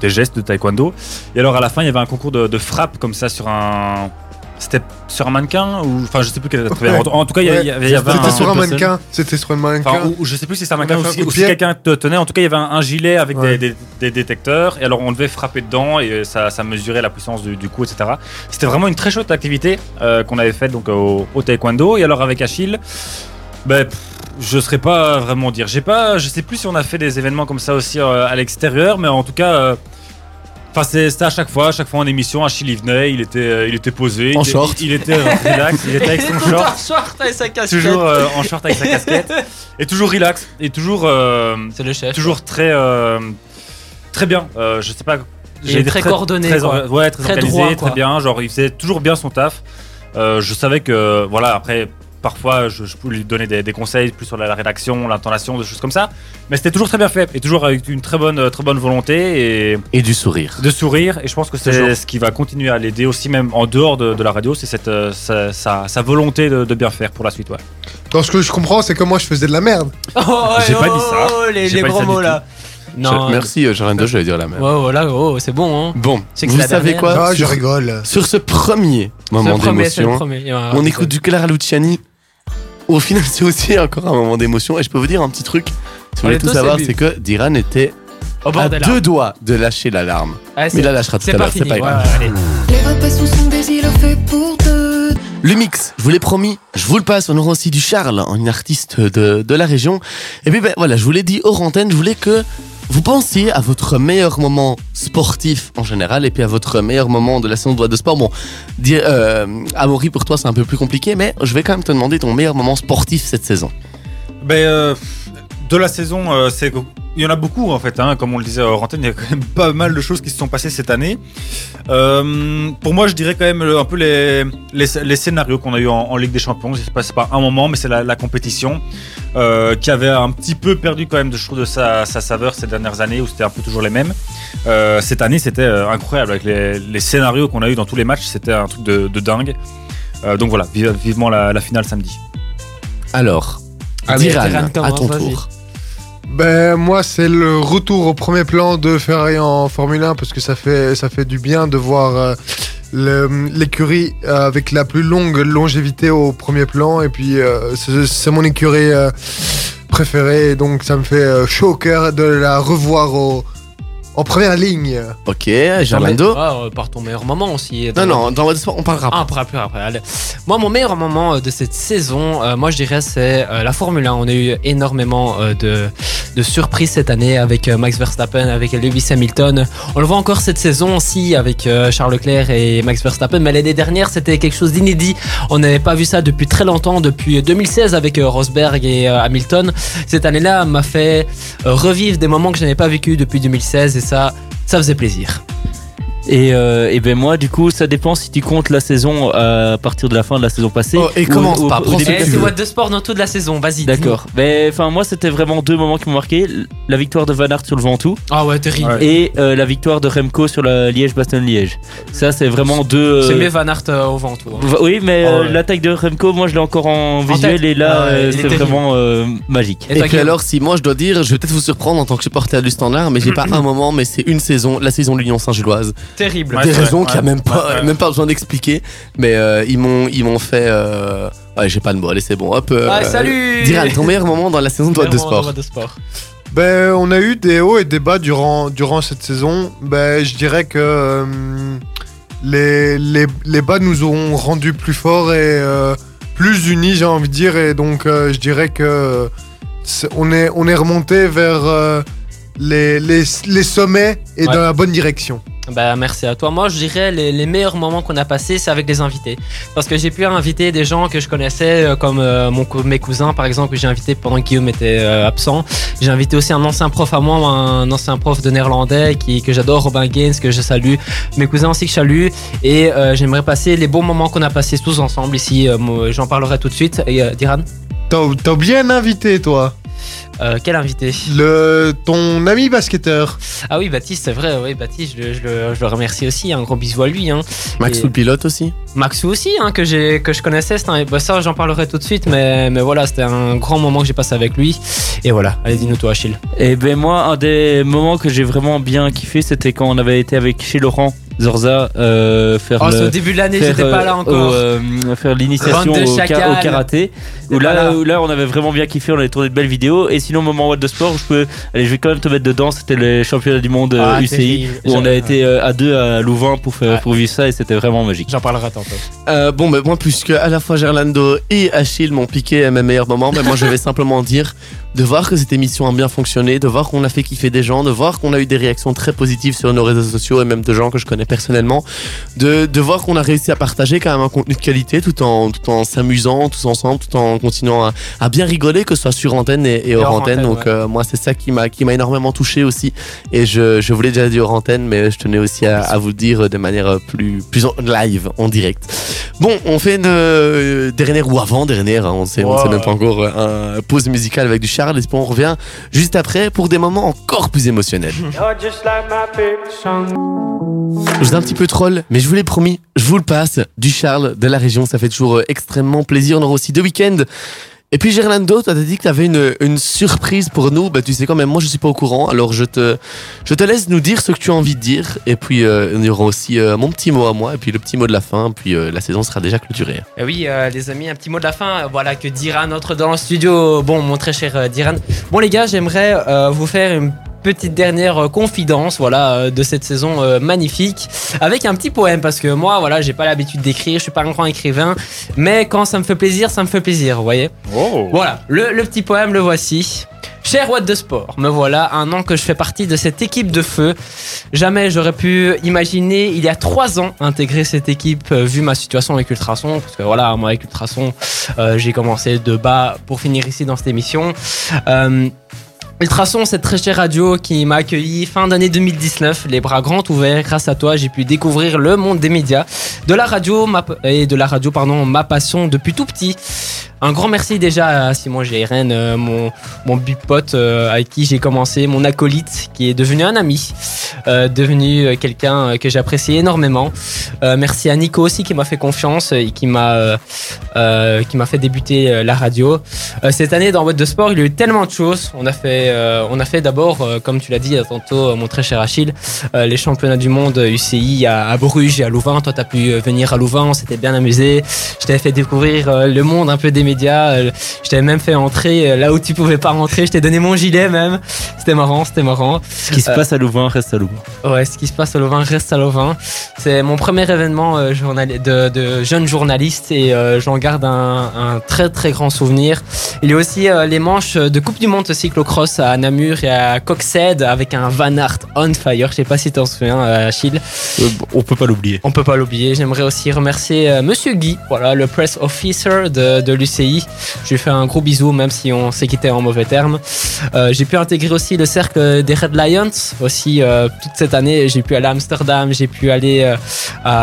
[SPEAKER 7] des gestes de taekwondo. Et alors à la fin, il y avait un concours de, de frappe comme ça sur un. C'était sur un mannequin ou enfin je sais plus quel
[SPEAKER 6] Ouais.
[SPEAKER 7] en tout cas il y a- il y avait, il y avait
[SPEAKER 6] C'était
[SPEAKER 7] un-
[SPEAKER 6] sur un
[SPEAKER 7] personne.
[SPEAKER 6] mannequin. C'était sur un
[SPEAKER 7] Enfin,
[SPEAKER 6] mannequin.
[SPEAKER 7] ou, ou je sais plus si c'est un mannequin
[SPEAKER 6] On a
[SPEAKER 7] ou
[SPEAKER 6] fait un
[SPEAKER 7] si,
[SPEAKER 6] coup de
[SPEAKER 7] ou si
[SPEAKER 6] pied.
[SPEAKER 7] quelqu'un te tenait. En tout cas, il y avait un, un gilet avec
[SPEAKER 6] Ouais.
[SPEAKER 7] des, des- des détecteurs. Et alors, on devait frapper dedans et euh, ça, ça mesurait la puissance du, du coup, etc. C'était vraiment une très chouette activité euh, qu'on avait faite donc au, au taekwondo. Et alors, avec Achille, ben, pff, je saurais pas vraiment dire. J'ai pas, je sais plus si on a fait des événements comme ça aussi euh, à l'extérieur, mais en tout cas. euh, Enfin, c'est- c'était à chaque fois, à chaque fois en émission, Achille il venait, il était, euh, il était posé,
[SPEAKER 1] En
[SPEAKER 7] il, était-
[SPEAKER 1] short.
[SPEAKER 7] il était relax, il était avec son short,
[SPEAKER 5] short et sa casquette.
[SPEAKER 7] toujours euh, en short avec sa casquette et toujours relax et toujours euh,
[SPEAKER 5] C'est le chef.
[SPEAKER 7] toujours très euh, très bien Euh, je sais pas
[SPEAKER 5] Il
[SPEAKER 7] j'allais
[SPEAKER 5] est
[SPEAKER 7] dire
[SPEAKER 5] très coordonné,
[SPEAKER 7] très,
[SPEAKER 5] quoi.
[SPEAKER 7] or- ouais très,
[SPEAKER 5] Très
[SPEAKER 7] organisé
[SPEAKER 5] droit, quoi.
[SPEAKER 7] très bien genre il faisait toujours bien son taf Euh, je savais que voilà après parfois je, je pouvais lui donner des, des conseils plus sur la, la rédaction l'intonation des choses comme ça mais c'était toujours très bien fait et toujours avec une très bonne très bonne volonté et
[SPEAKER 1] Et du sourire.
[SPEAKER 7] de sourire et je pense que c'est
[SPEAKER 1] Toujours.
[SPEAKER 7] ce qui va continuer à l'aider aussi même en dehors de, de la radio c'est cette euh, sa, sa- sa volonté de, de bien faire pour la suite ouais.
[SPEAKER 6] Dans ce que je comprends, c'est que moi, je faisais de la merde.
[SPEAKER 5] Oh,
[SPEAKER 7] J'ai pas dit ça.
[SPEAKER 5] oh, les,
[SPEAKER 7] J'ai
[SPEAKER 5] les
[SPEAKER 7] pas dit
[SPEAKER 5] gros
[SPEAKER 7] ça du
[SPEAKER 5] mots
[SPEAKER 7] tout.
[SPEAKER 5] là. Non.
[SPEAKER 1] Je- merci, euh, Jérôme 2, je vais dire la même.
[SPEAKER 5] Ouais, voilà, oh, c'est bon. Hein.
[SPEAKER 1] Bon,
[SPEAKER 5] C'est que
[SPEAKER 1] vous
[SPEAKER 5] c'est la
[SPEAKER 1] savez
[SPEAKER 5] dernière.
[SPEAKER 1] quoi
[SPEAKER 6] Ah, je
[SPEAKER 1] sur,
[SPEAKER 6] rigole.
[SPEAKER 1] sur ce premier
[SPEAKER 5] C'est
[SPEAKER 1] moment
[SPEAKER 5] le premier, c'est le
[SPEAKER 1] d'émotion,
[SPEAKER 5] premier. Il y a un-
[SPEAKER 1] on écoute du Clara Luciani. Au final, c'est aussi encore un moment d'émotion. Et je peux vous dire un petit truc. Si vous
[SPEAKER 5] On
[SPEAKER 1] voulez
[SPEAKER 5] est
[SPEAKER 1] tout
[SPEAKER 5] tous
[SPEAKER 1] savoir,
[SPEAKER 5] élus.
[SPEAKER 1] c'est que Diran était
[SPEAKER 5] Au
[SPEAKER 1] à
[SPEAKER 5] bord de là.
[SPEAKER 1] deux doigts de lâcher l'alarme.
[SPEAKER 5] Ah, c'est-
[SPEAKER 1] Mais il la lâchera tout à
[SPEAKER 5] C'est pas
[SPEAKER 1] l'heure,
[SPEAKER 5] fini.
[SPEAKER 1] c'est pas grave.
[SPEAKER 5] voilà, allez.
[SPEAKER 2] Les répassions sont des îlots faits pour deux.
[SPEAKER 1] Le mix, je vous l'ai promis, je vous le passe, on aura aussi du Charles, une artiste de, de la région. Et puis ben, voilà, je vous l'ai dit hors antenne, je voulais que vous pensiez à votre meilleur moment sportif en général et puis à votre meilleur moment de la saison de doigt de sport. Bon, dire, euh, Amaury, pour toi c'est un peu plus compliqué, mais je vais quand même te demander ton meilleur moment sportif cette saison.
[SPEAKER 7] Ben, euh, de la saison, euh, c'est il y en a beaucoup en fait. hein. comme on le disait hors antenne, il y a quand même pas mal de choses qui se sont passées cette année. Euh, pour moi, je dirais quand même euh, un peu les, les, les scénarios qu'on a eu en, en Ligue des Champions. Ça se passe pas un moment, mais c'est la, la compétition euh, qui avait un petit peu perdu quand même de, je trouve, de sa, sa saveur ces dernières années où c'était un peu toujours les mêmes. Euh, cette année, c'était euh, incroyable avec les, les scénarios qu'on a eu dans tous les matchs. C'était un truc de, de dingue. Euh, donc voilà, vive- vivement la, la finale samedi.
[SPEAKER 1] Alors,
[SPEAKER 5] Allez,
[SPEAKER 1] Diran,
[SPEAKER 5] Diran,
[SPEAKER 1] à
[SPEAKER 5] Thomas,
[SPEAKER 1] ton
[SPEAKER 5] vas-y.
[SPEAKER 1] tour.
[SPEAKER 6] Ben moi c'est le retour au premier plan de Ferrari en Formule 1 parce que ça fait ça fait du bien de voir euh, le- l'écurie euh, avec la plus longue longévité au premier plan et puis euh, c'est c'est mon écurie euh, préférée et donc ça me fait euh, chaud au cœur de la revoir au- en première ligne.
[SPEAKER 1] Ok, Gerlando.
[SPEAKER 5] Ah, euh, par ton meilleur moment aussi.
[SPEAKER 1] Non, non, dans le sport on parlera
[SPEAKER 5] Ah,
[SPEAKER 1] pas.
[SPEAKER 5] on pourra plus après. allez. Moi, mon meilleur moment euh, de cette saison, euh, moi je dirais, c'est euh, la Formule 1. On a eu énormément euh, de, de surprises cette année avec euh, Max Verstappen, avec Lewis Hamilton. On le voit encore cette saison aussi avec euh, Charles Leclerc et Max Verstappen. Mais l'année dernière, c'était quelque chose d'inédit. On n'avait pas vu ça depuis très longtemps, depuis 2016 avec euh, Rosberg et euh, Hamilton. Cette année-là m'a fait euh, revivre des moments que je n'avais pas vécu depuis 2016 et ça, ça faisait plaisir.
[SPEAKER 4] Et, euh, et ben moi, du coup, ça dépend si tu comptes la saison euh, à partir de la fin de la saison passée.
[SPEAKER 1] Oh, et
[SPEAKER 4] ou-
[SPEAKER 1] commence
[SPEAKER 4] ou-
[SPEAKER 1] pas,
[SPEAKER 4] au
[SPEAKER 1] prends ce
[SPEAKER 4] début.
[SPEAKER 1] que
[SPEAKER 5] Eh,
[SPEAKER 1] tu
[SPEAKER 5] C'est
[SPEAKER 1] veux.
[SPEAKER 5] What de Sport dans toute la saison, vas-y. dis-nous.
[SPEAKER 4] D'accord. Mais enfin, moi, c'était vraiment deux moments qui m'ont marqué L- la victoire de Van Aert sur le Ventoux
[SPEAKER 5] Ah ouais, terrible.
[SPEAKER 7] Ouais.
[SPEAKER 4] et euh, la victoire de Remco sur la Liège-Bastogne-Liège. Ça, c'est vraiment deux. euh,
[SPEAKER 5] C'est mieux Van Aert euh, au vent, tout.
[SPEAKER 4] v- Oui, mais
[SPEAKER 5] Ah
[SPEAKER 4] euh,
[SPEAKER 5] ouais.
[SPEAKER 4] l'attaque de Remco, moi, je l'ai encore en visuel
[SPEAKER 5] tête.
[SPEAKER 4] et là,
[SPEAKER 5] Ah ouais,
[SPEAKER 4] euh,
[SPEAKER 5] il est
[SPEAKER 4] c'est
[SPEAKER 5] terrible.
[SPEAKER 4] vraiment euh, magique.
[SPEAKER 1] Et puis alors, si moi je dois dire, je vais peut-être vous surprendre en tant que supporter du standard, mais j'ai pas un moment, mais c'est une saison, la saison de l'Union Saint-Gilloise.
[SPEAKER 5] terrible.
[SPEAKER 7] Ouais,
[SPEAKER 1] des
[SPEAKER 7] c'est
[SPEAKER 1] raisons
[SPEAKER 7] vrai,
[SPEAKER 1] qu'il n'y a
[SPEAKER 7] ouais,
[SPEAKER 1] même pas,
[SPEAKER 7] ouais, ouais.
[SPEAKER 1] même pas besoin d'expliquer. Mais euh, ils m'ont, ils m'ont fait. euh, Ouais, j'ai pas de mots. Allez, c'est bon. Hop. euh,
[SPEAKER 5] Ah, salut
[SPEAKER 1] Diran, ton meilleur moment dans la saison de Doigt de
[SPEAKER 5] Vraiment,
[SPEAKER 1] sport.
[SPEAKER 5] Doigt de sport.
[SPEAKER 6] Ben, on a eu des hauts et des bas durant, durant cette saison. Ben, je dirais que euh, les, les, les bas nous ont rendus plus forts et euh, plus unis, j'ai envie de dire. Et donc, euh, je dirais que c'est- on est, on est remonté vers euh, les, les, les sommets et
[SPEAKER 5] Ouais.
[SPEAKER 6] dans la bonne direction.
[SPEAKER 5] Bah, merci à toi. Moi, je dirais les, les meilleurs moments qu'on a passés, c'est avec les invités. Parce que j'ai pu inviter des gens que je connaissais, euh, comme euh, mon, cou- mes cousins, par exemple, que j'ai invité pendant que Guillaume était euh, absent. J'ai invité aussi un ancien prof à moi, un ancien prof de néerlandais qui, que j'adore, Robin Gaines, que je salue. Mes cousins aussi que je salue. Et euh, j'aimerais passer les bons moments qu'on a passés tous ensemble ici. Euh, moi, J'en parlerai tout de suite. Et, euh, Diran
[SPEAKER 6] T'as t'as oublié un invité, toi
[SPEAKER 5] Euh, quel invité
[SPEAKER 6] Le, ton ami basketteur.
[SPEAKER 5] Ah oui, Baptiste, c'est vrai. Oui, Baptiste, je, le- je le- je le remercie aussi. Un gros bisou à lui. Hein.
[SPEAKER 1] Max
[SPEAKER 5] Et-
[SPEAKER 1] le pilote aussi.
[SPEAKER 5] Maxou aussi, hein, que, j'ai, que je connaissais. c'est un- bah ça, j'en parlerai tout de suite. Mais, mais voilà, c'était un grand moment que j'ai passé avec lui. Et voilà, allez, dis-nous toi, Achille.
[SPEAKER 4] Et ben moi, un des moments que j'ai vraiment bien kiffé, c'était quand on avait été avec chez Laurent Zorza euh, faire
[SPEAKER 5] Oh,
[SPEAKER 4] le-
[SPEAKER 5] c'est au début de l'année,
[SPEAKER 4] faire,
[SPEAKER 5] j'étais
[SPEAKER 4] euh,
[SPEAKER 5] pas là encore.
[SPEAKER 4] au, euh, faire l'initiation
[SPEAKER 5] Bande de
[SPEAKER 4] au, ka-
[SPEAKER 5] chacals.
[SPEAKER 4] au karaté. Où
[SPEAKER 5] pas
[SPEAKER 4] là,
[SPEAKER 5] là.
[SPEAKER 4] où là, on avait vraiment bien kiffé, on avait tourné de belles vidéos. Et sinon, moment What de Sport, je peux, allez, je vais quand même te mettre dedans. C'était les championnats du monde euh,
[SPEAKER 5] Ah,
[SPEAKER 4] UCI
[SPEAKER 5] terrible.
[SPEAKER 4] où on a
[SPEAKER 5] J'en-
[SPEAKER 4] été euh, à deux à Louvain pour faire, pour vivre ça et c'était vraiment magique.
[SPEAKER 5] J'en parlerai tantôt.
[SPEAKER 1] Euh, bon, bah, moi, puisque à la fois Gerlando et Achille m'ont piqué à mes meilleurs moments, bah, moi, je vais simplement dire de voir que cette émission a bien fonctionné, de voir qu'on a fait kiffer des gens, de voir qu'on a eu des réactions très positives sur nos réseaux sociaux et même de gens que je connais personnellement, de, de voir qu'on a réussi à partager quand même un contenu de qualité tout en, tout en s'amusant tous ensemble, tout en continuant à, à bien rigoler, que ce soit sur antenne et, et hors
[SPEAKER 5] hors
[SPEAKER 1] antenne.
[SPEAKER 5] antenne,
[SPEAKER 1] Donc,
[SPEAKER 5] ouais.
[SPEAKER 1] euh, moi, c'est ça qui m'a qui m'a énormément touché aussi. Et je, je vous l'ai déjà dit hors antenne, mais je tenais aussi à, à vous le dire de manière euh, plus, plus en live, en direct. Bon, on fait une euh, dernière ou avant-dernière, hein, on sait, on
[SPEAKER 7] Ouais.
[SPEAKER 1] sait même pas encore, euh, un pause musicale avec du Charles, et puis on revient juste après pour des moments encore plus émotionnels. Je vous ai un petit peu troll, mais je vous l'ai promis, je vous le passe, du Charles, de la région, ça fait toujours euh, extrêmement plaisir, on aura aussi deux week-ends. Et puis Gerlando, toi t'as dit que t'avais une, une surprise pour nous, bah tu sais quand même, moi je suis pas au courant, alors je te, je te laisse nous dire ce que tu as envie de dire, et puis euh, il y aura aussi euh, mon petit mot à moi, et puis le petit mot de la fin, puis euh, la saison sera déjà clôturée.
[SPEAKER 5] Eh oui, euh, les amis, un petit mot de la fin. Euh, Voilà que Diran entre dans le studio. Bon, mon très cher euh, Diran. Bon, les gars, j'aimerais euh, vous faire une petite dernière euh, confidence voilà euh, de cette saison euh, magnifique avec un petit poème parce que moi voilà j'ai pas l'habitude d'écrire je suis pas un grand écrivain mais quand ça me fait plaisir ça me fait plaisir vous voyez
[SPEAKER 7] Oh.
[SPEAKER 5] voilà le, le petit poème le voici cher Watt de sport me voilà un an que je fais partie de cette équipe de feu Jamais j'aurais pu imaginer, il y a trois ans, intégrer cette équipe, euh, vu ma situation avec Ultrason. Parce que voilà, moi, avec Ultrason, euh, j'ai commencé de bas pour finir ici dans cette émission. Euh, Ultrason, cette très chère radio qui m'a accueilli fin d'année 2019, les bras grands ouverts. Grâce à toi, j'ai pu découvrir le monde des médias, de la radio, ma, et de la radio, pardon, ma passion depuis tout petit. Un grand merci déjà à Simon GRN, euh, mon, mon big pote euh, avec qui j'ai commencé, mon acolyte qui est devenu un ami euh, devenu euh, quelqu'un euh, que j'apprécie énormément. Euh, merci à Nico aussi qui m'a fait confiance et qui m'a euh, euh, qui m'a fait débuter euh, la radio. Euh, cette année dans Boîte de Sport, il y a eu tellement de choses. On a fait euh, on a fait d'abord euh, comme tu l'as dit euh, tantôt euh, mon très cher Achille, euh, les championnats du monde euh, UCI à, à Bruges et à Louvain. Toi t'as pu euh, venir à Louvain, on s'était bien amusé. Je t'avais fait découvrir euh, le monde un peu des médias. Euh, Je t'avais même fait entrer euh, là où tu pouvais pas rentrer. Je t'ai donné mon gilet même. C'était marrant, c'était marrant.
[SPEAKER 4] Ce qui se
[SPEAKER 5] Euh,
[SPEAKER 4] passe à Louvain reste à Louvain.
[SPEAKER 5] Ouais, ce qui se passe à Louvain reste à Louvain. C'est mon premier événement euh, journali- de, de jeune journaliste et euh, j'en garde un, un très très grand souvenir. Il y a aussi euh, les manches de Coupe du Monde de cyclocross à Namur et à Coxed avec un Van Aert on fire. Je sais pas si t'en souviens, euh, Achille.
[SPEAKER 4] on peut pas l'oublier.
[SPEAKER 5] On peut pas l'oublier. J'aimerais aussi remercier euh, Monsieur Guy, voilà, le press officer de, de l'UCI. Je lui fais un gros bisou, même si on s'est quitté en mauvais termes. Euh, j'ai pu intégrer aussi le cercle des Red Lions aussi euh, toute cette année. J'ai pu aller à Amsterdam, j'ai pu aller euh, à,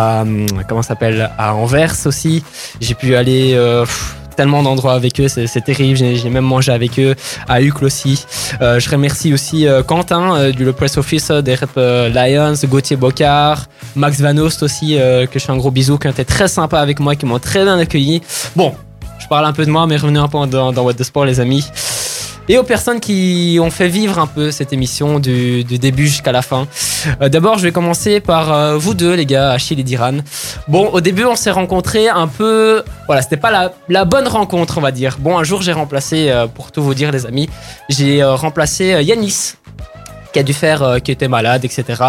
[SPEAKER 5] à, hum, comment ça s'appelle à Anvers aussi. J'ai pu aller euh, pff, tellement d'endroits avec eux, c'est c'est terrible. J'ai j'ai même mangé avec eux à Uccle aussi. Euh, je remercie aussi euh, Quentin euh, du Le Press Office euh, des Red euh, Lions, Gauthier Bocard, Max Van Oost aussi euh, que je fais un gros bisou qui ont été très sympa avec moi, qui m'ont très bien accueilli. Bon, je parle un peu de moi, mais revenez un peu dans, dans What the Sport, les amis. Et aux personnes qui ont fait vivre un peu cette émission du, du début jusqu'à la fin. Euh, D'abord, je vais commencer par euh, vous deux, les gars, Achille et Diran. Bon, au début, on s'est rencontrés un peu. Voilà, c'était pas la, la bonne rencontre, on va dire. Bon, un jour, j'ai remplacé, euh, pour tout vous dire, les amis, j'ai euh, remplacé euh, Yanis qui a dû faire, euh, qui était malade, etc.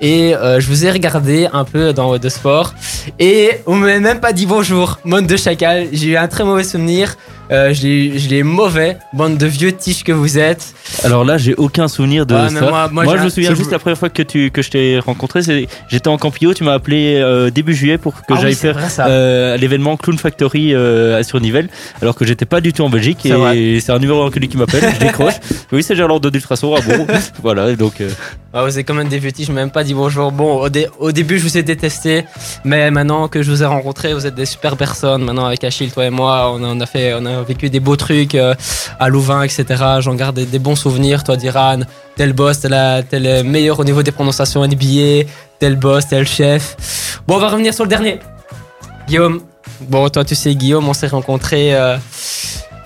[SPEAKER 5] Et euh, je vous ai regardé un peu dans de sport et on m'avait même pas dit bonjour. Monde de chacal, j'ai eu un très mauvais souvenir. Euh, je l'ai- je l'ai mauvais, bande de vieux tiges que vous êtes.
[SPEAKER 4] Alors là, j'ai aucun souvenir de
[SPEAKER 5] Ouais, mais
[SPEAKER 4] ça.
[SPEAKER 5] Ah, moi- moi, j'ai
[SPEAKER 4] je me
[SPEAKER 5] un-
[SPEAKER 4] souviens
[SPEAKER 5] je-
[SPEAKER 4] juste la première fois que tu que je t'ai rencontré, c'est j'étais en Campillo, tu m'as appelé euh, début juillet pour que
[SPEAKER 5] Ah oui,
[SPEAKER 4] j'aille
[SPEAKER 5] c'est
[SPEAKER 4] faire
[SPEAKER 5] vrai, ça.
[SPEAKER 4] euh, l'événement Clown Factory euh, à Surnivelle, alors que j'étais pas du tout en Belgique
[SPEAKER 5] C'est
[SPEAKER 4] et c'est un numéro inconnu qui m'appelle, je décroche. oui, c'est Gerland d'Ultrason, ah bon. voilà, donc euh,
[SPEAKER 5] Ah, vous êtes comme un débuté, je m'ai même pas dit bonjour. Bon, au, dé- au début, je vous ai détesté, mais maintenant que je vous ai rencontré, vous êtes des super personnes. Maintenant, avec Achille, toi et moi, on a, on a fait, on a vécu des beaux trucs euh, à Louvain, etc. J'en garde des, des bons souvenirs. Toi, d'Iran, tel boss, t'es la- t'es le meilleur au niveau des prononciations NBA, tel boss, tel chef. Bon, on va revenir sur le dernier. Guillaume. Bon, toi, tu sais, Guillaume, on s'est rencontrés euh,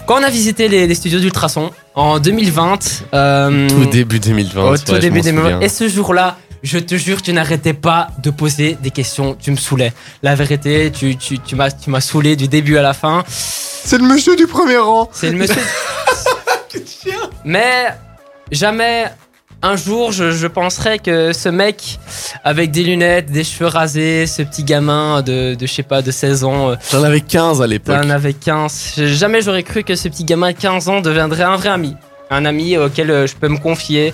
[SPEAKER 5] quand on a visité les, les studios d'Ultrason en 2020. euh,
[SPEAKER 1] Tout début 2020.
[SPEAKER 5] au
[SPEAKER 1] ouais,
[SPEAKER 5] tout
[SPEAKER 1] je
[SPEAKER 5] début
[SPEAKER 1] m'en
[SPEAKER 5] des
[SPEAKER 1] souviens.
[SPEAKER 5] moments. Et ce jour-là, je te jure, tu n'arrêtais pas de poser des questions. Tu me saoulais. La vérité, tu, tu, tu m'as tu m'as saoulé du début à la fin.
[SPEAKER 6] C'est le monsieur du premier rang.
[SPEAKER 5] C'est le monsieur. Mais jamais un jour, je, je penserais que ce mec avec des lunettes, des cheveux rasés, ce petit gamin de, de je sais pas, de 16 ans, euh,
[SPEAKER 1] J'en avais 15 à l'époque.
[SPEAKER 5] T'en avais 15. J'ai- Jamais j'aurais cru que ce petit gamin de 15 ans deviendrait un vrai ami. Un ami auquel euh, je peux me confier.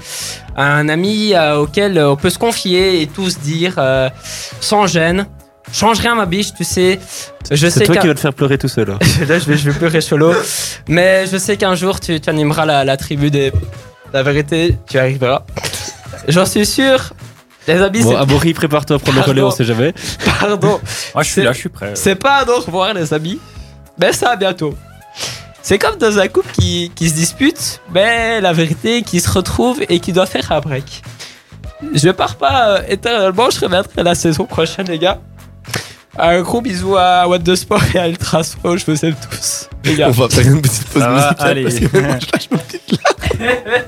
[SPEAKER 5] Un ami euh, auquel euh, on peut se confier et tout se dire euh, sans gêne. Change rien ma biche, tu sais. Je
[SPEAKER 4] C'est
[SPEAKER 5] sais
[SPEAKER 4] toi
[SPEAKER 5] qu'un-
[SPEAKER 4] qui vas te faire pleurer tout seul. hein.
[SPEAKER 5] Là, je vais, je vais pleurer solo. Mais je sais qu'un jour, tu, tu animeras la, la tribu des. La vérité, tu arriveras. J'en suis sûr. Les amis,
[SPEAKER 4] Bon,
[SPEAKER 5] c'est-
[SPEAKER 4] Amaury, prépare-toi à prendre le relais, on sait jamais.
[SPEAKER 5] ah, pardon.
[SPEAKER 7] Moi, je suis là, je suis prêt.
[SPEAKER 5] C'est pas un au revoir les amis, mais ça à bientôt. C'est comme dans un couple qui, qui se dispute, mais la vérité qui se retrouve et qui doit faire un break. Je pars pas euh, éternellement, je reviendrai la saison prochaine les gars. Un gros bisou à What the Sport et à Ultrason, je vous aime tous. Les gars,
[SPEAKER 1] On va faire une petite pause
[SPEAKER 7] Ça va,
[SPEAKER 1] musicale.
[SPEAKER 7] allez.
[SPEAKER 1] parce que moi, je lâche ma petite larme.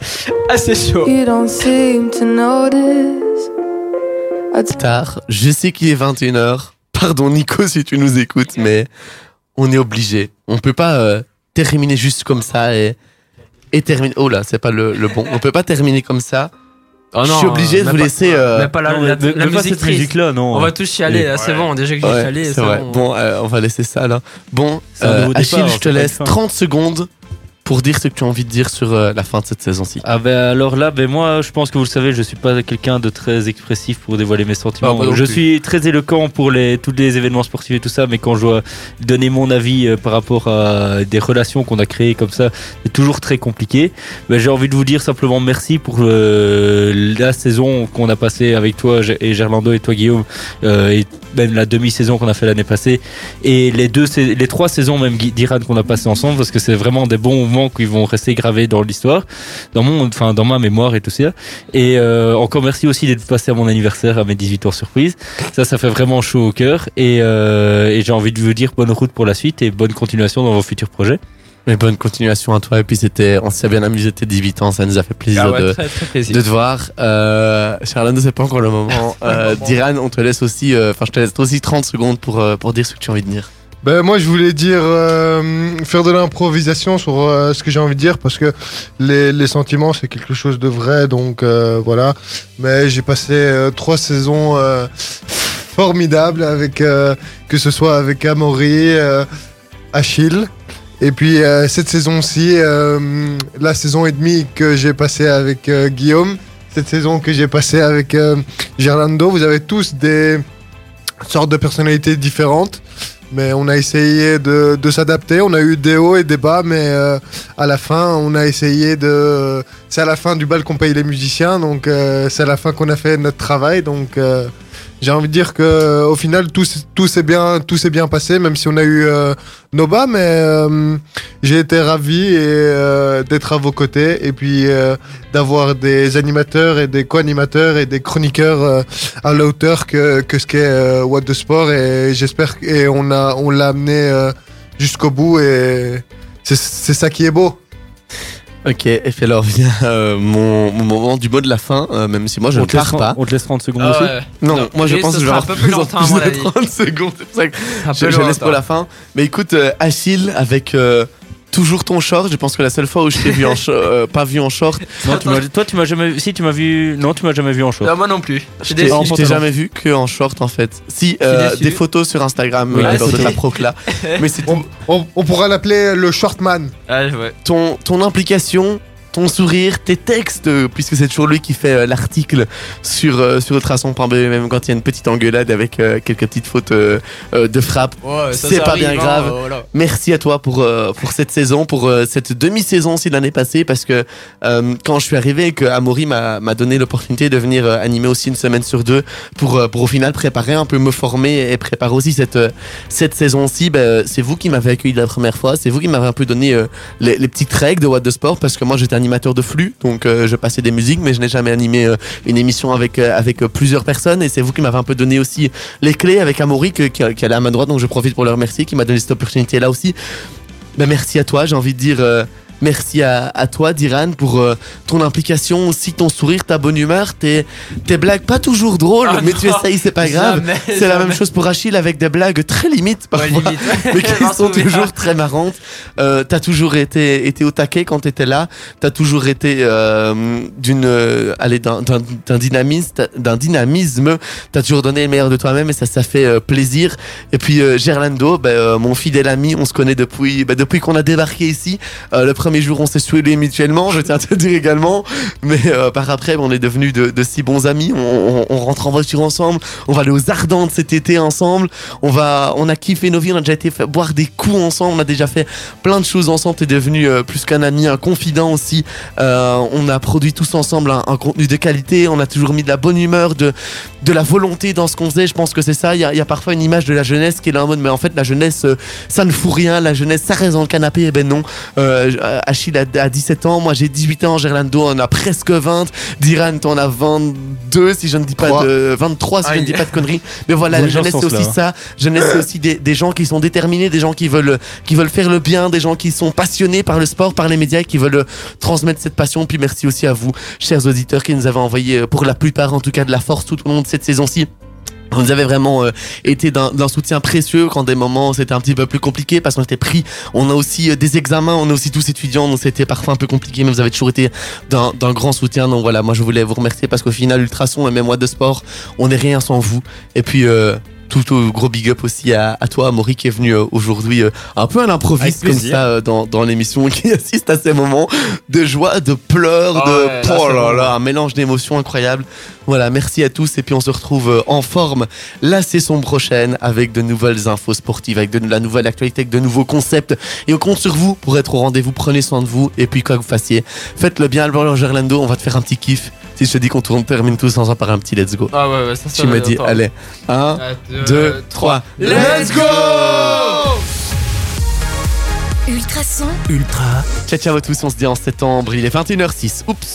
[SPEAKER 5] ah c'est chaud.
[SPEAKER 2] You don't seem to notice.
[SPEAKER 1] Tard, je sais qu'il est 21h. Pardon Nico si tu nous écoutes, mais on est obligé. On peut pas euh, terminer juste comme ça et, et terminer. Oh là, c'est pas le, le bon. On peut pas terminer comme ça. je suis obligé de vous laisser. euh,
[SPEAKER 5] pas
[SPEAKER 4] Non, mais de- de pas cette musique-là, non.
[SPEAKER 5] tous
[SPEAKER 4] chialer,
[SPEAKER 7] hein, c'est
[SPEAKER 5] bon, déjà que
[SPEAKER 1] ouais, c'est vrai. Bon, euh, on va laisser ça là. Bon,
[SPEAKER 4] C'est un
[SPEAKER 1] euh,
[SPEAKER 4] nouveau
[SPEAKER 1] Achille,
[SPEAKER 4] départ,
[SPEAKER 1] je te
[SPEAKER 4] c'est pas
[SPEAKER 1] laisse
[SPEAKER 4] une fin.
[SPEAKER 1] 30 secondes pour dire ce que tu as envie de dire sur euh, la fin de cette saison-ci.
[SPEAKER 4] Ah ben alors là, ben moi je pense que vous le savez, je suis pas quelqu'un de très expressif pour dévoiler mes sentiments.
[SPEAKER 1] Ah, moi non
[SPEAKER 4] je
[SPEAKER 1] plus.
[SPEAKER 4] suis très éloquent pour les, tous les événements sportifs et tout ça, mais quand je dois donner mon avis euh, par rapport à des relations qu'on a créées comme ça, c'est toujours très compliqué. Ben, j'ai envie de vous dire simplement merci pour euh, la saison qu'on a passée avec toi Ger- et Gerlando et toi Guillaume, euh, et même la demi-saison qu'on a fait l'année passée, et les deux, sais- les trois saisons même Gui- d'Iran qu'on a passées ensemble, parce que c'est vraiment des bons moments qui vont rester gravés dans l'histoire dans mon enfin dans ma mémoire et tout ça et euh, encore merci aussi d'être passé à mon anniversaire à mes 18 ans surprise ça ça fait vraiment chaud au cœur et, euh, et j'ai envie de vous dire bonne route pour la suite et bonne continuation dans vos futurs projets
[SPEAKER 1] Mais bonne continuation à toi. Et puis, c'était, on s'est bien amusé tes 18 ans. Ça nous a fait plaisir
[SPEAKER 5] Ah ouais,
[SPEAKER 1] de,
[SPEAKER 5] très, très plaisir.
[SPEAKER 1] de te voir. Euh, Charlando, c'est pas encore le moment. Euh, Diran, on te laisse aussi, euh, enfin, je te laisse aussi 30 secondes pour, euh, pour dire ce que tu as envie de dire.
[SPEAKER 6] Ben moi je voulais dire euh, faire de l'improvisation sur euh, ce que j'ai envie de dire parce que les, les sentiments c'est quelque chose de vrai donc euh, voilà. Mais j'ai passé euh, trois saisons euh, formidables avec euh, que ce soit avec Amaury, euh, Achille. Et puis euh, cette saison-ci, euh, la saison et demie que j'ai passée avec euh, Guillaume, cette saison que j'ai passée avec euh, Gerlando, vous avez tous des sortes de personnalités différentes. Mais on a essayé de, de s'adapter, on a eu des hauts et des bas, mais euh, à la fin, on a essayé de... C'est à la fin du bal qu'on paye les musiciens, donc euh, c'est à la fin qu'on a fait notre travail, donc euh, j'ai envie de dire que au final, tout, s- tout s'est bien, tout s'est bien passé, même si on a eu euh, nos bas, mais euh, j'ai été ravi et, euh, d'être à vos côtés, et puis euh, d'avoir des animateurs et des co-animateurs et des chroniqueurs euh, à la hauteur que, que ce qu'est euh, What the Sport et j'espère que- et on a on l'a amené euh, jusqu'au bout et c'est c'est ça qui est beau.
[SPEAKER 1] Ok. Et puis alors vient euh, mon, mon moment du mot de la fin, euh, même si moi je
[SPEAKER 4] on,
[SPEAKER 1] ne
[SPEAKER 4] te laisse,
[SPEAKER 1] pars pas.
[SPEAKER 4] on te laisse 30 secondes
[SPEAKER 5] Ah
[SPEAKER 4] aussi
[SPEAKER 5] ouais,
[SPEAKER 1] Non,
[SPEAKER 5] Non,
[SPEAKER 1] moi je
[SPEAKER 5] et
[SPEAKER 1] pense
[SPEAKER 5] ce
[SPEAKER 1] que je
[SPEAKER 5] sera
[SPEAKER 1] vais
[SPEAKER 5] un peu plus longtemps, à mon
[SPEAKER 1] plus de
[SPEAKER 5] avis.
[SPEAKER 1] 30 secondes. C'est pour ça que
[SPEAKER 5] un
[SPEAKER 1] je,
[SPEAKER 5] peu
[SPEAKER 1] je laisse
[SPEAKER 5] longtemps.
[SPEAKER 1] pour la fin. Mais écoute, euh, Achille, avec euh, toujours ton short, je pense que la seule fois où je t'ai vu en cho- euh, pas vu en short,
[SPEAKER 4] non, tu m'as- toi tu m'as jamais si tu m'as vu non tu m'as jamais vu en short
[SPEAKER 5] Non, moi non plus. Je suis
[SPEAKER 1] je t'ai-
[SPEAKER 5] déçu.
[SPEAKER 1] je t'ai jamais vu que en short en fait. Si, euh,
[SPEAKER 5] déçu.
[SPEAKER 1] des photos sur Instagram
[SPEAKER 4] Oui,
[SPEAKER 1] euh,
[SPEAKER 5] les
[SPEAKER 1] lors de
[SPEAKER 5] photos.
[SPEAKER 1] ta procla. Mais c'est tout.
[SPEAKER 6] On, on pourra l'appeler le shortman.
[SPEAKER 5] Ah, ouais.
[SPEAKER 1] ton, ton implication ton sourire, tes textes, euh, puisque c'est toujours lui qui fait euh, l'article sur, euh, sur ultrason.be, même quand il y a une petite engueulade avec euh, quelques petites fautes euh, euh, de frappe. ça, C'est ça pas arrive, bien hein, grave. euh, Merci à toi pour, euh, pour cette saison, pour euh, cette demi-saison aussi de l'année passée, parce que euh, quand je suis arrivé et que Amaury m'a m'a donné l'opportunité de venir euh, animer aussi une semaine sur deux pour, euh, pour au final préparer un peu, me former et préparer aussi cette, euh, cette saison-ci, bah, c'est vous qui m'avez accueilli la première fois, c'est vous qui m'avez un peu donné euh, les, les petites règles de What the Sport, parce que moi j'étais animateur de flux, donc euh, je passais des musiques, mais je n'ai jamais animé euh, une émission avec, euh, avec euh, plusieurs personnes, et c'est vous qui m'avez un peu donné aussi les clés avec Amaury, que- qui, qui allait à ma droite, donc je profite pour le remercier, qui m'a donné cette opportunité-là aussi. Ben, merci à toi, j'ai envie de dire euh, merci à, à toi, Diran, pour euh, ton implication aussi, ton sourire, ta bonne humeur, tes, tes blagues pas toujours drôles,
[SPEAKER 5] Ah
[SPEAKER 1] mais
[SPEAKER 5] non,
[SPEAKER 1] tu essayes, c'est pas grave. C'est la même chose pour Achille avec des blagues très limites parfois, mais qui sont toujours très marrantes. Euh, t'as toujours été, été au taquet quand t'étais là. T'as toujours été euh, d'une, euh, allez, d'un, d'un, d'un dynamisme, d'un dynamisme. T'as toujours donné le meilleur de toi-même et ça, ça fait euh, plaisir. Et puis euh, Gerlando, ben, euh, mon fidèle ami, on se connaît depuis, ben, depuis qu'on a débarqué ici. Euh, le premier jour, on s'est saoulés mutuellement. Je tiens à te dire également. Mais euh, par après, ben, on est devenus de, de si bons amis. On, on, on rentre en voiture ensemble. On va aller aux Ardentes cet été ensemble. On va, on a kiffé nos vies. On a déjà été fa- boire des coups ensemble. On a déjà fait plein de choses ensemble. T'es devenu euh, plus qu'un ami, un confident aussi. Euh, on a produit tous ensemble un, un contenu de qualité. On a toujours mis de la bonne humeur, de, de la volonté dans ce qu'on faisait. Je pense que c'est ça. Il y a, il y a parfois une image de la jeunesse qui est là en mode, mais en fait, la jeunesse, euh, ça ne fout rien. La jeunesse, ça reste dans le canapé. Eh ben non. Euh, euh, Achille a, a 17 ans. Moi, j'ai 18 ans. Gerlando en a presque 20. Diran, t'en as 22, si je ne dis pas
[SPEAKER 6] Trois.
[SPEAKER 1] de, 23, si je ne
[SPEAKER 5] Aïe.
[SPEAKER 1] dis pas de conneries. Mais voilà,
[SPEAKER 4] Bonne
[SPEAKER 1] la jeunesse, c'est
[SPEAKER 4] chance,
[SPEAKER 1] aussi
[SPEAKER 4] là.
[SPEAKER 1] ça. Jeunesse, c'est aussi des, des gens qui sont déterminés, des gens qui veulent, qui veulent faire le bien, des gens qui sont passionnés par le sport, par les médias, et qui veulent euh, transmettre cette passion. Puis merci aussi à vous, chers auditeurs, qui nous avez envoyé, euh, pour la plupart en tout cas, de la force tout au long de cette saison-ci. Vous avez vraiment euh, été d'un d'un soutien précieux quand des moments c'était un petit peu plus compliqué parce qu'on était pris. On a aussi euh, des examens, on est aussi tous étudiants, donc c'était parfois un peu compliqué, mais vous avez toujours été d'un d'un grand soutien. Donc voilà, moi je voulais vous remercier parce qu'au final, Ultrason et même moi de sport, on n'est rien sans vous. Et puis euh, tout, tout gros big up aussi à, à toi, Amaury, qui est venu euh, aujourd'hui euh, un peu à l'improviste
[SPEAKER 7] Avec
[SPEAKER 1] comme
[SPEAKER 7] plaisir.
[SPEAKER 1] ça euh, dans, dans l'émission, qui assiste à ces moments de joie, de pleurs,
[SPEAKER 5] Ah
[SPEAKER 1] de
[SPEAKER 5] ouais, là,
[SPEAKER 1] oh
[SPEAKER 5] c'est
[SPEAKER 1] là
[SPEAKER 5] bon.
[SPEAKER 1] là, un mélange d'émotions incroyable. Voilà, merci à tous et puis on se retrouve euh, en forme la saison prochaine avec de nouvelles infos sportives, avec de la nouvelle actualité, avec de nouveaux concepts. Et on compte sur vous pour être au rendez-vous. Prenez soin de vous et puis quoi que vous fassiez, faites le bien. Albert Gerlando, on va te faire un petit kiff. Si je te dis qu'on tourne, termine tous ensemble par un petit let's go.
[SPEAKER 5] Ah ouais, ouais, ça, ça
[SPEAKER 1] tu
[SPEAKER 5] va,
[SPEAKER 1] me dis,
[SPEAKER 5] attends.
[SPEAKER 1] allez, 1,
[SPEAKER 5] Un,
[SPEAKER 1] 2, 3, let's go
[SPEAKER 8] Ultrason.
[SPEAKER 3] Ultra
[SPEAKER 1] Ciao ciao à tous, on se dit en septembre, il est 21h06. Oups